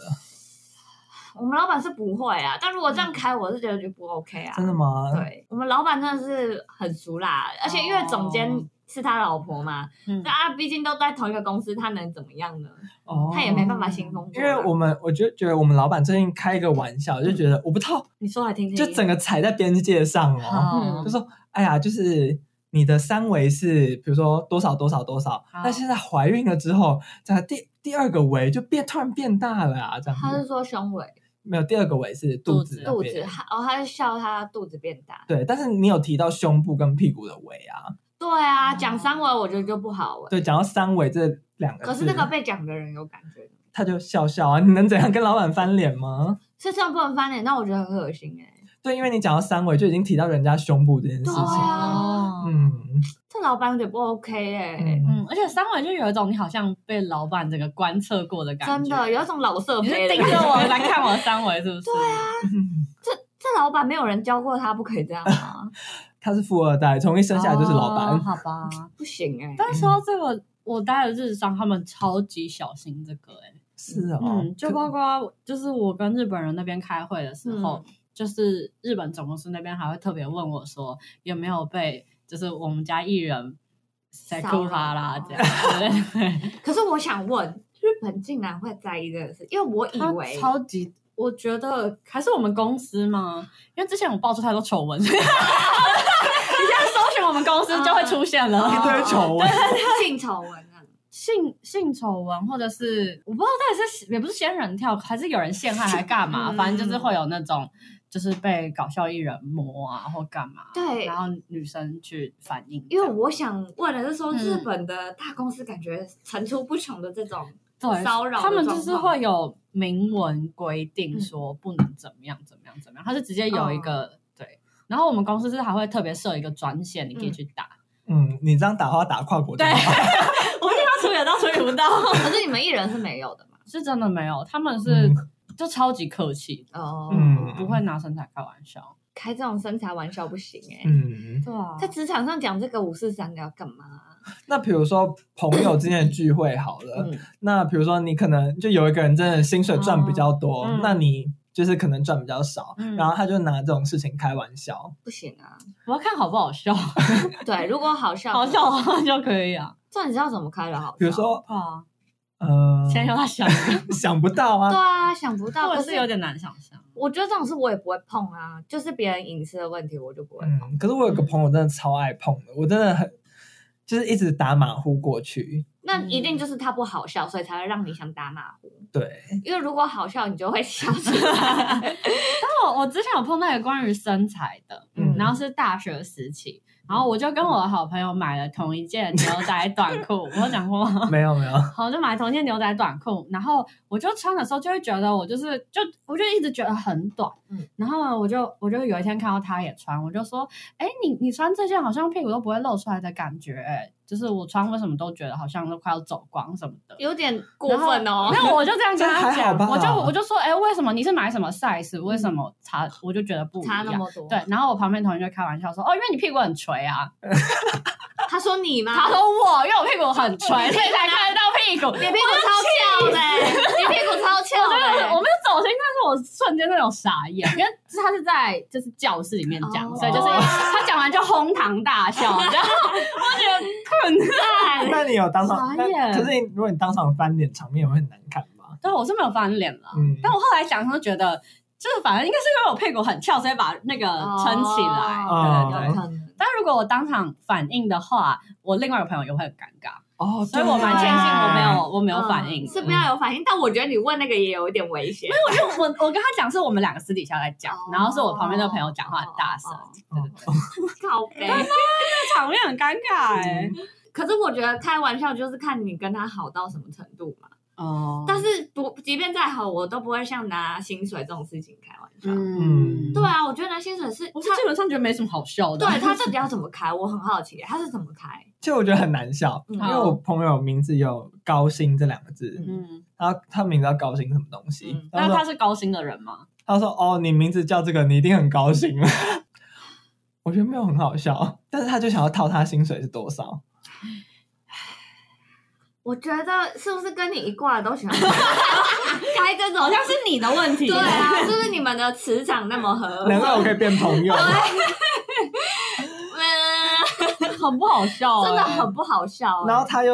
S3: 我们老板是不会啊，但如果这样开，我是觉得就不 OK 啊。
S2: 真的吗？，
S3: 对我们老板真的是很熟啦，而且因为总监是他老婆嘛，
S4: 嗯
S3: 那、啊，毕竟都在同一个公司，他能怎么样呢？
S2: 哦，
S3: 他也没办法新工作
S2: 因
S3: 啊。
S2: 为我们我就觉得我们老板最近开一个玩笑，就觉得我不知道，
S3: 嗯你说来听听，
S2: 就整个踩在边界上哦。
S4: 嗯
S2: 就说哎呀，就是你的三围是比如说多少多少多少，
S4: 好
S2: 那现在怀孕了之后，这样第第二个围就变突然变大了啊，这样
S3: 他是
S2: 子
S3: 说胸围。
S2: 没有第二个围是肚子那
S3: 肚
S2: 边
S3: 子，他哦，他是笑他肚子变大。
S2: 对，但是你有提到胸部跟屁股的围啊，
S3: 对啊，
S4: 哦
S3: 讲三围我觉得就不好哎。
S2: 对，讲到三围这两个字，
S3: 可是那个被讲的人有感觉，
S2: 他就笑笑啊，你能怎样跟老板翻脸吗？
S3: 是这样不能翻脸，那我觉得很恶心哎。
S2: 对，因为你讲到三围就已经提到人家胸部这件事情
S3: 对
S2: 了，
S3: 啊
S2: 嗯
S3: 这老板有点不 OK 哎，
S2: 嗯，
S4: 嗯，而且三围就有一种你好像被老板整个观测过的感
S3: 真
S4: 觉，
S3: 的有一种老色
S4: 你是
S3: 胚的
S4: 盯
S3: 感
S4: 着
S3: 觉。
S4: 我来看我的三围是不是？对啊，
S3: 这老板没有人教过他，不可以这样吗？
S2: 他是富二代，从一生下来就是老板，
S4: 哦好吧。
S3: 不行哎。
S4: 但是说到这个，我待的日商他们超级小心这个、欸，
S2: 是哦，
S4: 嗯，就包括就是我跟日本人那边开会的时候，
S3: 嗯
S4: 就是日本总公司那边还会特别问我说有没有被就是我们家艺人塞
S3: 骚
S4: 库
S3: 扰啊
S4: 哈拉这样，对对对，
S3: 可是我想问，日本竟然会在意这个事，因为我 以
S4: 他
S3: 为
S4: 超级。我觉得还是我们公司吗？因为之前我爆出太多丑闻， 所以你现在搜寻我们公司就会出现了。
S3: 啊
S2: 一堆丑闻，
S3: 性丑闻啊，
S4: 性性丑闻，或者是我不知道到底是也不是仙人跳，还是有人陷害还干嘛，
S3: 嗯
S4: 反正就是会有那种就是被搞笑艺人摸啊或干嘛，
S3: 对
S4: 然后女生去反应这
S3: 因
S4: 样，
S3: 为我想问的是说，
S4: 嗯
S3: 日本的大公司感觉层出不穷的这种
S4: 对
S3: 骚扰的
S4: 他们就
S3: 状
S4: 是
S3: 况
S4: 会有明文规定说不能怎么样怎么样怎么样，他是直接有一个、对。然后我们公司是还会特别设一个专线，你可以去打。
S2: 嗯，你这样打话打跨国电话，
S4: 我不知道处理得到处理不到，
S3: 可是你们艺人是没有的嘛？
S4: 是真的没有，他们是、
S2: 嗯
S4: 就超级客气，
S3: 哦，
S2: 嗯
S4: 不会拿身材开玩笑。
S3: 开这种身材玩笑不行哎、
S2: 嗯，
S4: 对啊
S3: 在职场上讲这个五四三的要干嘛？
S2: 那比如说朋友之间的聚会好了，
S3: 嗯，
S2: 那比如说你可能就有一个人真的薪水赚比较多，
S4: 哦嗯
S2: 那你就是可能赚比较少，
S4: 嗯
S2: 然后他就拿这种事情开玩笑。
S3: 不行啊。
S4: 我要看好不好 笑，
S3: 对，如果好笑，
S4: 好笑哦的话就可以啊。
S3: 这你知道怎么开的好笑？
S2: 比如，说，
S4: 对啊，
S2: 呃，
S4: 先让他想，
S2: 想不到
S3: 对
S2: 啊，
S3: 啊，想不到，
S4: 或者
S3: 可
S4: 是有点难想象。
S3: 我觉得这种事我也不会碰啊，就是别人隐私的问题我就不会碰。
S2: 嗯，可是我有个朋友真的超爱碰的，我真的很就是一直打马虎过去，
S3: 那一
S4: 嗯
S3: 定就是他不好笑，所以才会让你想打马虎。
S2: 对，
S3: 因为如果好笑，你就会 笑出来。
S4: 哦但我我之前有碰到一个关于身材的，
S2: 嗯
S4: 然后是大学时期，然后我就跟我的好朋友买了同一件牛仔短 裤，我有讲过吗？
S2: 没有没有，
S4: 好，就买同一件牛仔短裤，然后我就穿的时候就会觉得我就是就我就一直觉得很短，
S3: 嗯
S4: 然后呢，我就我就有一天看到他也穿，我就说，哎，你你穿这件好像屁股都不会露出来的感觉、诶就是我穿为什么都觉得好像都快要走光什么的。
S3: 有点过分哦。
S4: 那我就这样跟他
S2: 这还好
S4: 讲，
S2: 吧
S4: 我就我就说，哎、为什么你是买什么 size？为什么差？我就觉得不一
S3: 差那
S4: 样。
S3: 么多，
S4: 对，然后我旁边同学就开玩笑说，哦，因为你屁股很垂啊。
S3: 他说你吗？
S4: 他说我，因为我屁股很垂， 所以才看得到屁股。
S3: 你屁股超翘的欸，你屁股超翘
S4: 我
S3: 的
S4: 真的是，
S3: 欸。
S4: 我没有走心，但是我瞬间那种傻眼，因为他是在就是教室里面讲
S3: 哦
S4: 所 以就是他讲完就哄堂大笑，然后 我觉得困。
S2: 那你有当场，
S4: 哎傻
S2: 那
S4: 眼
S2: 可是你如果你当场翻脸，场面也会很难看吧？
S4: 但我是没有翻脸了，
S2: 嗯，
S4: 哦但我后来想，就觉得就是反正应该是因为我屁股很翘，所以把那个撑起来。
S2: 哦
S4: 对对
S3: 有
S4: 对
S3: 可能。
S4: 但如果我当场反应的话，我另外一个朋友也会很尴尬，
S2: 哦，
S4: 所以我蛮庆幸我没有我没
S3: 没
S4: 有反应。
S3: 嗯
S4: 嗯
S3: 是不要有反应，但我觉得你问那个也有一点危险。
S4: 因为我我跟他讲是我们两个私底下在讲，然后是我旁边的朋友讲话很大声，
S2: 对对
S3: 靠背。
S4: 哦这场面很尴尬哎、
S3: 可是我觉得开玩笑就是看你跟他好到什么程度嘛。
S4: 哦
S3: 但是不，即便再好，我都不会像拿薪水这种事情开玩笑。
S2: 嗯
S3: 对啊，我觉得拿薪水是
S4: 我是基本上觉得没什么好笑的。
S3: 对他到底要怎么开，我很好奇，他是怎么开？
S2: 就我觉得很难笑，
S3: 嗯
S2: 因为我朋友名字有高薪这两个字，
S4: 嗯，
S2: 然后他名字叫高薪什么东西
S3: 嗯，
S4: 那
S2: 然后
S4: 他
S2: 说
S4: 是高薪的人吗？
S2: 他说哦，你名字叫这个，你一定很高兴。 我觉得没有很好笑，但是他就想要套他薪水是多少，
S3: 我觉得是不是跟你一挂的都喜欢 开这种
S4: 好？像是你的问题。
S3: 对啊，就是你们的磁场那么
S4: 呃
S3: 合。
S2: 难怪我可以变朋 友。
S3: 嗯，
S4: 很不好笑、
S3: 真的很。不好笑欸。
S2: 然后他又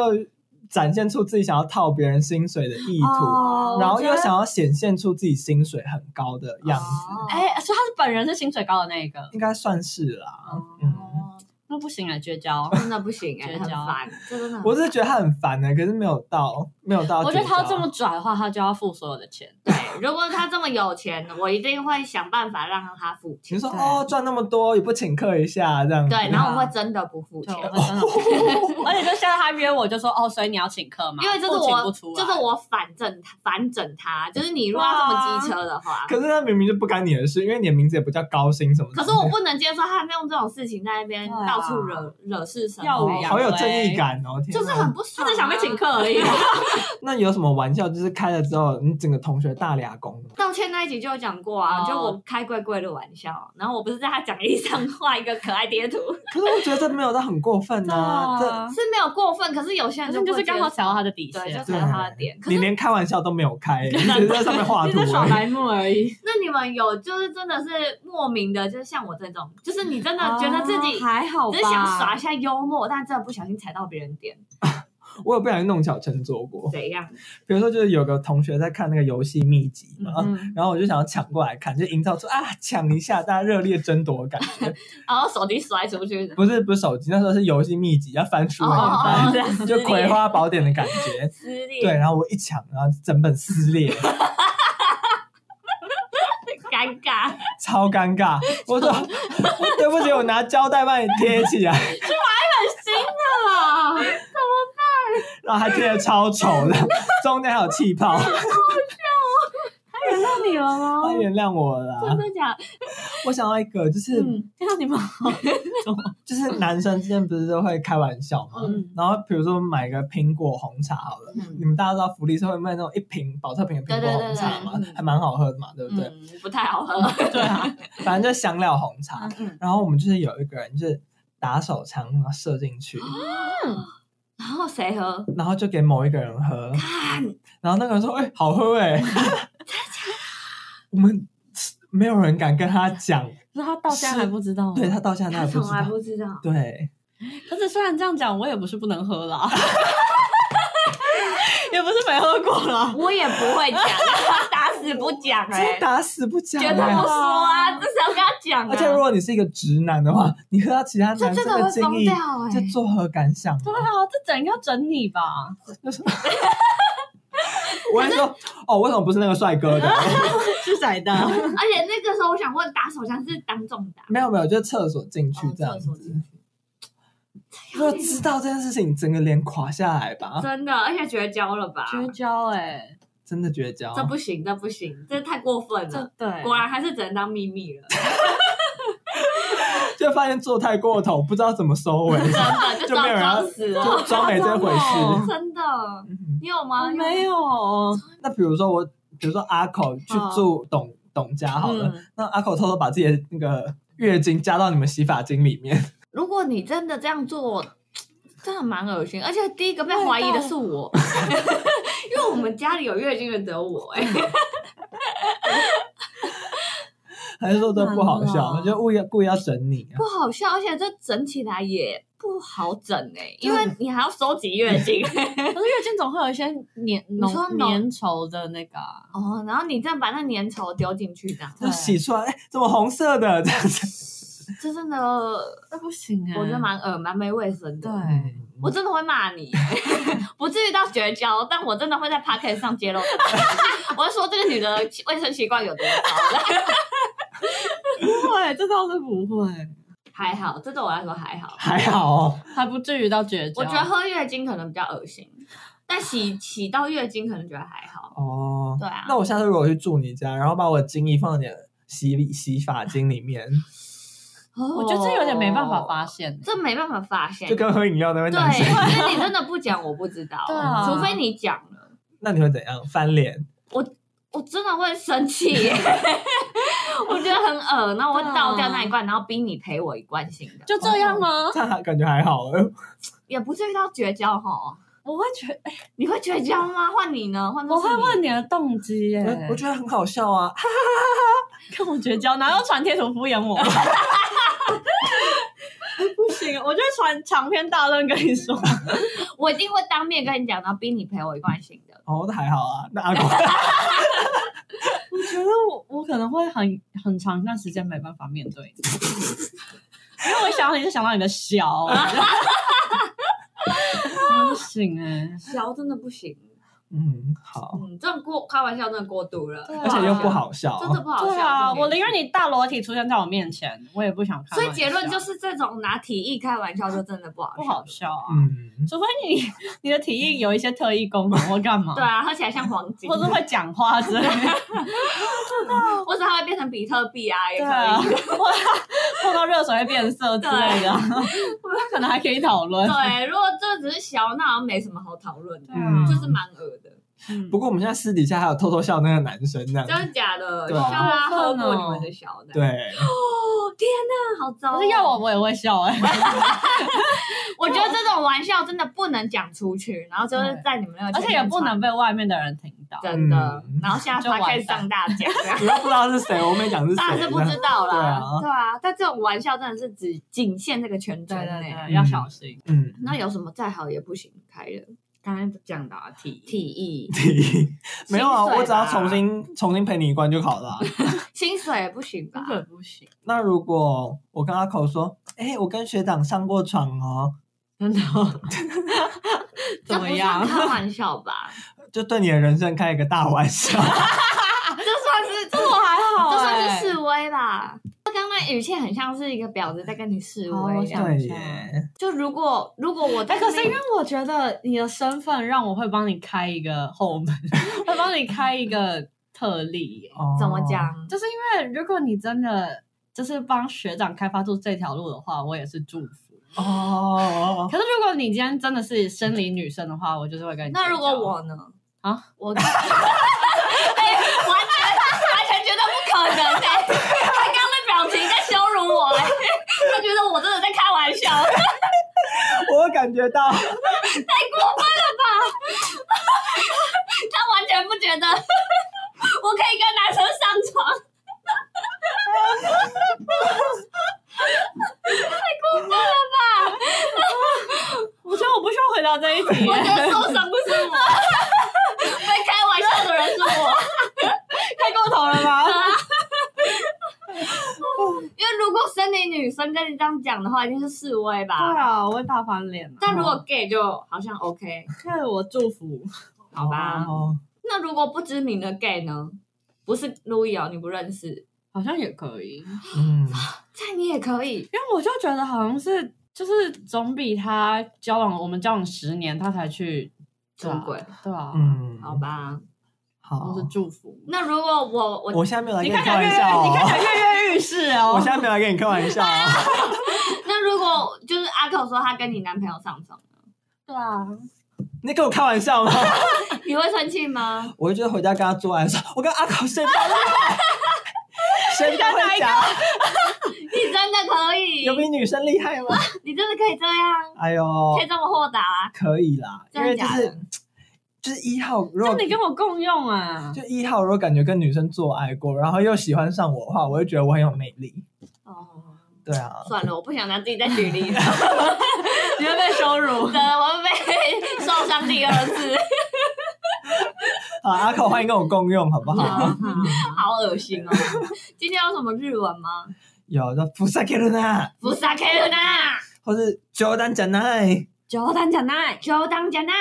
S2: 展现出自己想要套别人薪水的意图，
S3: 哦
S2: 然后
S3: 我觉
S2: 又
S3: 得
S2: 想要显现出自己薪水很高的样子，
S3: 哦
S4: 哎、所以他是本人是薪水高的那一个，
S2: 应该算是啦。嗯，
S3: 哦
S4: 那不行啊，绝交。
S3: 真的不行哎，
S4: 绝
S3: 很
S4: 交
S3: 烦，这真的很
S2: 我只是觉得他很烦欸呢，可是没有到没有到
S4: 我
S2: 绝
S4: 觉得
S2: 交。
S4: 啊他要这么拽的话，他就要付所有的钱。
S3: 对。 如果他这么有钱，我一定会想办法让他付钱。
S2: 你说
S4: 对
S2: 哦，赚那么多也不请客一下这样子，
S3: 对，然后我会真的不付
S4: 对，啊
S3: 钱
S4: 我，会真的付。 而且就现在他约我，就说哦，所以你要请客吗？
S3: 因为这是
S4: 不请
S3: 我
S4: 不出来
S3: 这是我反整他反整他，就是你如果要这么机车的话，
S2: 可是他明明就不干你的事，因为你的名字也不叫高薪什么的。
S3: 可是我不能接受他用这种事情在那边
S4: 对啊
S3: 到处惹惹是生
S4: 耀
S2: 哦
S4: 武扬
S2: 好有正义感哦，天哪
S3: 就是很。不
S4: 他
S3: 爽啊，
S4: 只想被请客而已。
S2: 那有什么玩笑，就是开了之后，你整个同学大俩工。
S3: 道歉那一集就有讲过啊，
S4: 哦
S3: 就我开贵贵的玩笑，然后我不是在他讲义上画一个可爱贴图，
S4: 哦
S2: 可是我觉得这没有到很过分啊，
S4: 对啊
S2: 这
S3: 是没有过分，可是有些
S4: 反
S3: 人
S4: 正就是刚好踩到他
S3: 的
S4: 的底
S3: 对，就
S4: 线，
S3: 踩到他的点。可
S2: 你
S3: 是
S2: 连开玩笑都没有开，你只是在上面画
S4: 你
S2: 图欸
S4: 是耍
S2: 而已。
S4: 白目而 已。
S3: 那你们有就是真的是莫名的，就是像我这种，就是你真的觉得自己
S4: 哦还好吧，
S3: 只是想耍一下幽默，但真的不小心踩到别人点。
S2: 我有不小心弄巧成拙过。
S3: 怎样？
S2: 比如说，就是有个同学在看那个游戏秘籍嘛，
S3: 嗯，
S2: 然后我就想要抢过来看，就营造出啊抢一下大家热烈争夺的感觉。
S3: 然后手机甩出去，
S2: 不是不是手机，那时候是游戏秘籍，要翻出来
S3: 哦
S2: 翻，
S3: 这样撕
S2: 就
S3: 裂
S2: 《葵花宝典》的感觉。
S3: 撕裂，
S2: 对，，然后我一抢，然后整本撕裂，
S3: 尴尬，
S2: 超尴尬。我说 对不起，我拿胶带帮你贴起来，
S3: 新的啦，
S2: 然后还贴的超丑的，中间还有气 泡。
S3: 他原谅你了 吗
S2: 他原谅我了
S3: 真
S2: 啊。
S3: 的假的？
S2: 我想到一个，就是、
S3: 嗯，这样你们好，
S2: 就是男生之间不是都会开玩笑嘛，
S3: 嗯
S2: 然后比如说买个苹果红茶好了。
S3: 嗯
S2: 你们大家知道福利社会卖那种一瓶保特瓶的苹果红茶嘛，
S3: 对对对对嗯
S2: 还蛮好喝的嘛，对不对？
S3: 嗯，不太好喝，
S2: 对啊， 反正就是香料红茶。
S3: 嗯，
S2: 然后我们就是有一个人就是打手枪，然后射进 去，
S3: 然后谁喝？
S2: 然后就给某一个人喝，
S3: 看，
S2: 然后那个人说：“哎、好喝 哎、 我们没有人敢跟他讲，
S4: 可是他到现在还不知道。
S2: 对他到现在他
S3: 哦他
S2: 也不
S3: 从
S2: 知
S3: 来
S2: 道
S3: 不。知道，
S2: 对，
S4: 可是虽然这样讲，我也不是不能喝 啦，也不是没喝过啦。
S3: 我也不会讲，他打死不讲，
S2: 真
S3: 哎
S2: 的，打死不讲、
S3: 绝对不
S2: 欸。
S3: 说啊，至少跟他讲啊，
S2: 而且如果你是一个直男的话，你喝到其他
S3: 这
S2: 男
S3: 这
S2: 生
S3: 个
S2: 的
S3: 会
S2: 建
S3: 疯
S2: 议，
S3: 掉
S2: 这
S3: 哎，
S2: 作何感想啊？
S4: 对啊，这整个要整你吧，
S2: 我还说哦，为什么不是那个帅哥 的？
S4: 是谁的？
S3: 而且那个时候我想问，打手枪是当众打，
S2: 没有没有，就是厕所进去
S3: 哦
S2: 这样
S3: 厕所
S2: 子。
S3: 进去
S2: 如果知道这件事情，整个脸垮下来吧，
S3: 真的，而且绝交了吧？
S4: 绝交哎，
S2: 真的绝交
S3: 这。不行，这不行，这太过分
S4: 这
S3: 了。
S4: 对，
S3: 果然还是只能当秘密了，
S2: 就发现做太过头，不知道怎么收 尾，
S3: 真的就
S2: 就没有
S3: 装
S2: 人要
S3: 装死了，
S2: 就装没这回
S4: 哦
S2: 事。
S3: 真的。
S2: 嗯
S3: 你哦有
S4: 我
S3: 吗？
S4: 哦没有，哦
S2: 那比如说我，比如说阿口去住
S3: 嗯
S2: 董董家好了，
S4: 嗯
S2: 那阿口偷偷把自己的那个月经加到你们洗发精里面，
S3: 如果你真的这样做，真的蛮恶心。而且第一个被怀疑的是 我，因为我们家里有月经的只有我、 哎，
S2: 还是说这不好
S4: 真
S3: 嗯
S4: 的
S2: 笑？
S4: 哦
S2: 就故意故意要整你啊
S3: 不？好笑。而且这整起来也不好整哎、因为你还要收集月 经
S4: 可是月经总会有一些粘
S3: 说
S4: 浓
S3: 浓
S4: 粘稠的那个啊，
S3: 哦，然后你再把那粘稠丢进去，这样
S2: 就洗出来，哎，怎么红色的这样子？
S3: 这真的，我
S4: 那不行哎，
S3: 觉得蛮恶蛮没卫生的。
S4: 对。
S3: 哎我真的会骂你， 不至于到绝交，但我真的会在 p o c k e t 上揭露 这个东西，我会说这个女的卫生习惯有多糟。
S4: 不会，这倒是不 会，
S3: 还好，这对我来说还 好。
S2: 还好哦，
S4: 还不至于到绝交。
S3: 我觉得喝月经可能比较恶心，但洗洗到月经可能觉得还好。
S2: 哦。
S3: 对啊，
S2: 那我下次如果去住你家，然后把我的精液放在你的洗洗发精里面，
S3: 我
S4: 哦我觉得这有点没办法发，现。
S3: 哦
S4: 欸
S3: 这没办法发现。
S2: 就
S3: 对，
S2: 跟喝饮料那位男生，
S3: 因为你真的不讲，我不知道。
S4: 对啊
S3: 除非你讲了，
S2: 那你会怎样？翻脸？
S3: 我真的会生气 耶。我觉得很恶，然后我会倒掉那一罐，然后逼你赔我一罐新的，
S4: 就这样吗？
S2: 这样还感觉还好，哎
S3: 也不至于到绝交哈。
S4: 我会觉得，
S3: 你会绝交吗？换你呢？换
S4: 我会问
S3: 你，
S4: 你的动机耶。
S2: 我我觉得很好笑啊！
S4: 跟我绝交，哪有传贴图敷衍我？ 不行，我就传长篇大论跟你说。
S3: 我一定会当面跟你讲，然后逼你赔我一罐新的。
S2: 哦，那还好啊。那阿 狗，
S4: 我觉得我我可能会很很长一段时间没办法面 对你，因为我想到你就想到你的 小，不行哎、
S3: 小真的不行，
S2: 嗯，好，
S3: 嗯，这种过开玩笑真的过度了，
S4: 对啊
S2: 而且又不好笑，
S3: 真的不好笑。
S4: 对啊，
S3: 这种
S4: 我宁愿
S3: 也
S4: 你大裸体出现在我面前，我也不想
S3: 是。
S4: 看到
S3: 所
S4: 你
S3: 以
S4: 的笑。
S3: 结论就是，这种拿体液开玩笑就真的不好笑
S4: 不好。笑啊。
S2: 嗯，
S4: 除非你你的体液有一些特异功 能或干嘛，
S3: 对啊，喝起来像黄金，
S4: 或 是会讲话之类的，
S3: 或者它会变成比特币啊，也
S4: 对
S3: 可
S4: 啊，
S3: 以。
S4: 或碰到热水会变色之类的，那 可能还可以讨论。
S3: 对，如果这只是小，那好像没什么好讨论的
S4: 对，啊
S3: 就是蛮恶的，
S4: 嗯
S2: 不过我们现在私底下还有偷偷笑那个男生这样子，
S3: 真的假的？希
S2: 对啊
S3: 望他喝过你
S4: 好过分哦
S3: 们的小的。，
S2: 对，
S3: 哦天哪，好糟哦！
S4: 可是要我我也会笑哎、
S3: 我觉得这种玩笑真的不能讲出去，然后就是
S4: 对
S3: 在你们那个
S4: 而且也不能被外面的人听到。
S3: 圈子传真的
S2: 嗯，
S3: 然后现在
S4: 就完
S3: 开始上大奖，
S2: 主要不知道是谁，我没讲是谁，
S3: 当然是不知道
S2: 对
S3: 啦，
S2: 啊
S3: 对啊，但这种玩笑真的是只仅限这个圈子
S4: 对对
S3: 内。
S4: 对，要小心。
S2: 嗯，
S3: 那有什么再好也不行，开了。
S4: 刚才讲的啊体育
S3: 体艺
S2: 没有啊，
S3: 薪水吧
S2: 我只要重新重新陪你一关就好了啊、
S3: 薪水不行吧
S4: 根？本不行，
S2: 那如果我跟阿口说，哎、我跟学长上过床哦，
S4: 真的哦
S3: 这
S4: 怎
S3: 不
S4: 么
S3: 算
S4: 样？
S3: 开玩笑 吧？
S2: 就对你的人生开一个大玩 笑。
S3: 啊这算是
S4: 这我 还好
S3: 这
S4: 欸，
S3: 算是示威吧？他刚刚语气很像是一个婊子在跟你示
S4: 好
S3: 威
S4: 哦我
S3: 一样。
S4: 想
S2: 对耶，
S3: 就如果如果我
S4: 哎、
S3: 在
S4: 可
S3: 那边，
S4: 是因为我觉得你的身份让我会帮你开一个后门，会帮你开一个特例耶。
S2: 哦
S3: 怎么？讲？
S4: 就是因为如果你真的就是帮学长开发出这条路的话，我也是祝福。
S2: 哦，
S4: 可是如果你今天真的是生理女生的话，我就是会跟你。
S3: 那如果，我呢？
S4: 啊，
S3: 我 哎、完全完全觉得不可能哎、他刚刚的表情在羞辱我哎、他觉得我真的在开玩笑。
S2: 我感觉到，
S3: 他完全不觉得我可以跟男生上床。
S4: 我觉得我不需要回答这一题
S3: 我觉得
S4: 耶，
S3: 受伤不是我，被开玩笑的人是我。
S4: 太过头了 吧？
S3: 因为如果生理女生跟你这样讲的话，一定是示威
S4: 对
S3: 吧？
S4: 啊，我会大翻脸、啊。
S3: 但如果 gay 就好像 OK，
S4: 看我祝福，
S3: 好啊吧？
S2: 哦
S3: 那如果不知名的 gay 呢？不是 Louis 哦，你不认识，
S4: 好像也可以，因
S2: 嗯，
S3: 这样你也可以。
S4: 为我就觉得好像是就是总比他交往我们交往十年他才去
S3: 出轨，
S4: 对啊，
S2: 嗯，
S3: 好，吧，
S2: 好
S4: 都。是祝福。
S3: 那如果我我
S2: 我现在没有来
S4: 你
S2: 跟
S4: 看
S2: 嗯开
S4: 看
S2: 玩
S4: 跃，
S2: 笑
S4: 你看
S2: 哦，
S4: 看跃跃欲试哦。
S2: 我现在没有来跟你开玩笑哦。
S3: 那如果就是阿口说他跟你男朋友上床，
S4: 对啊，
S2: 你跟我开玩笑吗？
S3: 你会生气吗？
S2: 我就觉得回家跟他做爱的时候，我跟阿考谁 打得好？谁比较会讲？
S3: 你真的可以，
S2: 有比女生厉害吗？
S3: 你真的可以这样，
S2: 哎呦，
S3: 可以这么豁达，啊
S2: 可以啦，因
S3: 真
S2: 为
S3: 的
S2: 就
S3: 假
S2: 是
S3: 的？
S2: 就是一号，如果
S4: 那你跟我共用啊？
S2: 就一号，如果感觉跟女生做爱过，然后又喜欢上我的话，我会觉得我很有魅力。
S3: 哦，
S2: 对啊，
S3: 算了，我不想拿自己再举例了，
S4: 你会被羞辱
S3: 真的我被受伤第二次，
S2: 好，阿考欢迎跟我共用， 好不 好？
S3: 好恶心 哦。今天有什么日文吗？
S2: 有的福萨克伦啊，
S3: 不是啊 K 呐，
S2: 或是 Jordan 讲奈，
S4: 九单讲奈，
S3: 就当假奈。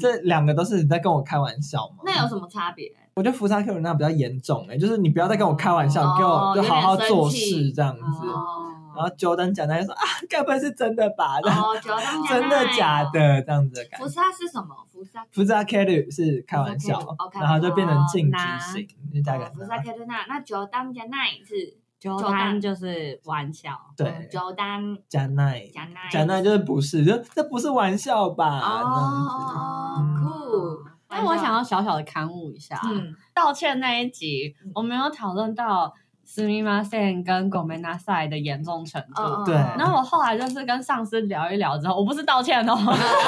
S2: 这两个都是你在跟我开玩笑吗？
S3: 嗯那有什么差别？
S2: 我觉得福萨克伦那比较严重哎、就是你不要再跟我开玩笑，
S3: 哦
S2: 你给我就好好
S3: 有点生
S2: 做
S3: 气
S2: 事这样子。然
S4: 哦，
S2: 后 Jordan 讲奈就说啊，该不会是真的吧？这样
S3: 哦，就当假奈，
S2: 真的假？的这样子的感
S3: 福
S2: 觉。
S3: 萨是什么？福萨
S2: 福萨 k e 是开玩笑
S3: 福萨 Keru，，OK，
S2: 然后就变成禁
S4: 哦
S2: 止型，就加个
S3: 福萨 K 呐，那就当假奈是
S4: 九
S3: 单
S4: 单就是玩笑，
S2: 对
S3: 就当
S2: 加奈，
S3: 假奈，
S2: 加奈就是不是，就这不是玩笑吧？
S3: 哦
S2: 这
S3: 哦酷。
S4: 但我想要小小的刊物一下，
S3: 嗯，
S4: 道歉那一集
S2: 嗯
S4: 我没有讨论到斯密马线跟狗梅纳赛的严重程度。
S3: 嗯
S2: 对
S4: 然后我后来就是跟上司聊一聊之后，我不是道歉哦，
S3: 嗯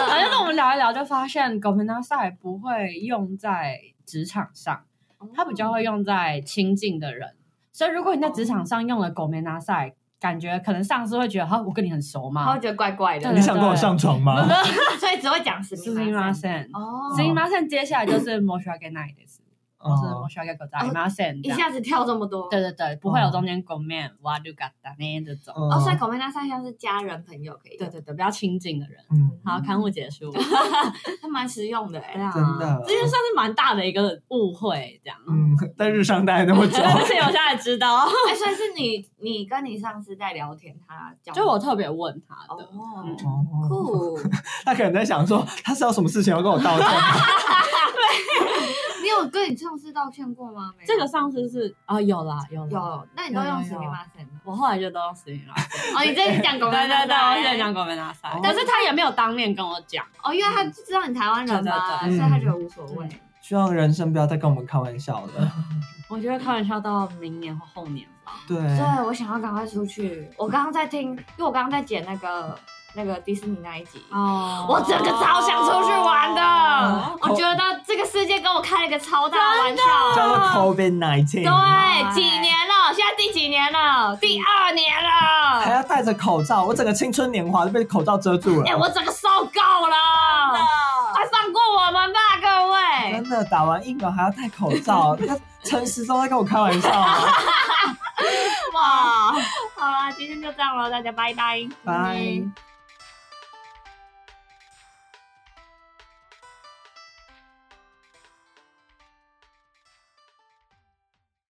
S4: 反正是我们聊一聊就发现狗门纳赛不会用在职场上，
S3: 呃
S4: 它比较会用在亲近的人。所以如果你在职场上用了狗梅纳赛，感觉可能上司会觉得哈，我跟你很熟
S3: 哦 他
S4: 嘛
S3: 会。觉得怪怪的
S2: 样。你想跟我上床吗？
S3: 所以只会讲十
S4: すみません。
S3: 哦
S4: すみません，接下来就是申し訳ないです，或是
S2: 哦，
S4: 申し訳ございません。
S3: 一下子跳这么多。
S4: 对对对，不会有中间狗面哇就嘎达呢这种。
S3: 哦，所以
S2: 嗯
S3: 口妹那三项是家人朋友可以
S4: 对
S3: 用，
S4: 对对，比较亲近的人。
S2: 嗯，
S4: 好，刊物结束。
S3: 还蛮实用的
S4: 对
S3: 哎。
S4: 啊，
S2: 真的
S4: 这就算是蛮大的一个误会，这样。
S2: 嗯，在日上待那么久， 哦
S4: 而且我现在知道，
S3: 哎，所以是你你跟你上司在聊天，他 讲
S4: 就我特嗯别问他的，
S3: 哦，
S2: 哦，
S3: 酷。
S2: 他可能在想说，他是有什么事情要跟我道歉吗？
S3: 你有跟你上司道歉过吗？没有
S4: 这个上司是啊有啦有啦，
S3: 有，那你都用十米八森
S4: 我后来就都用死语了。
S3: 哦，你这是讲
S4: 对
S3: 狗妹那
S4: 对
S3: 三
S4: 对，我现在讲国嗯民大赛
S2: 哦，
S4: 但是他也没有当面跟我讲，
S3: 欸哦，因为他知道你台湾人嘛，
S2: 对对
S3: 所
S2: 对
S3: 以他
S4: 嗯
S3: 觉得无所谓。
S2: 希望人生不要再跟我们开玩笑了。
S4: 我觉得开玩笑到明年或后年吧。
S2: 对，
S3: 对，啊我想要赶快出去。我刚刚在听，因为我刚刚在剪那个那个迪士尼那一集。
S4: 哦
S3: 我整个超想出去玩的，
S2: 哦
S3: 我觉得这个世界跟我开了个超大的玩笑。
S2: 叫做 COVID nineteen，嗯
S3: 对，啊几年了？现在第几年了？第二年
S2: 还
S3: 了。
S2: 要戴着口
S3: 哎
S2: 罩，我整个青春年华都被口罩遮住了。
S4: 啊
S3: 哎、我整个受够了，快放过哎
S2: 真的打完疫苗还要戴口罩，他陈时中在跟我开玩笑啊吗？
S3: 哇，好啦，今天就这样了，大家拜拜，
S2: 拜。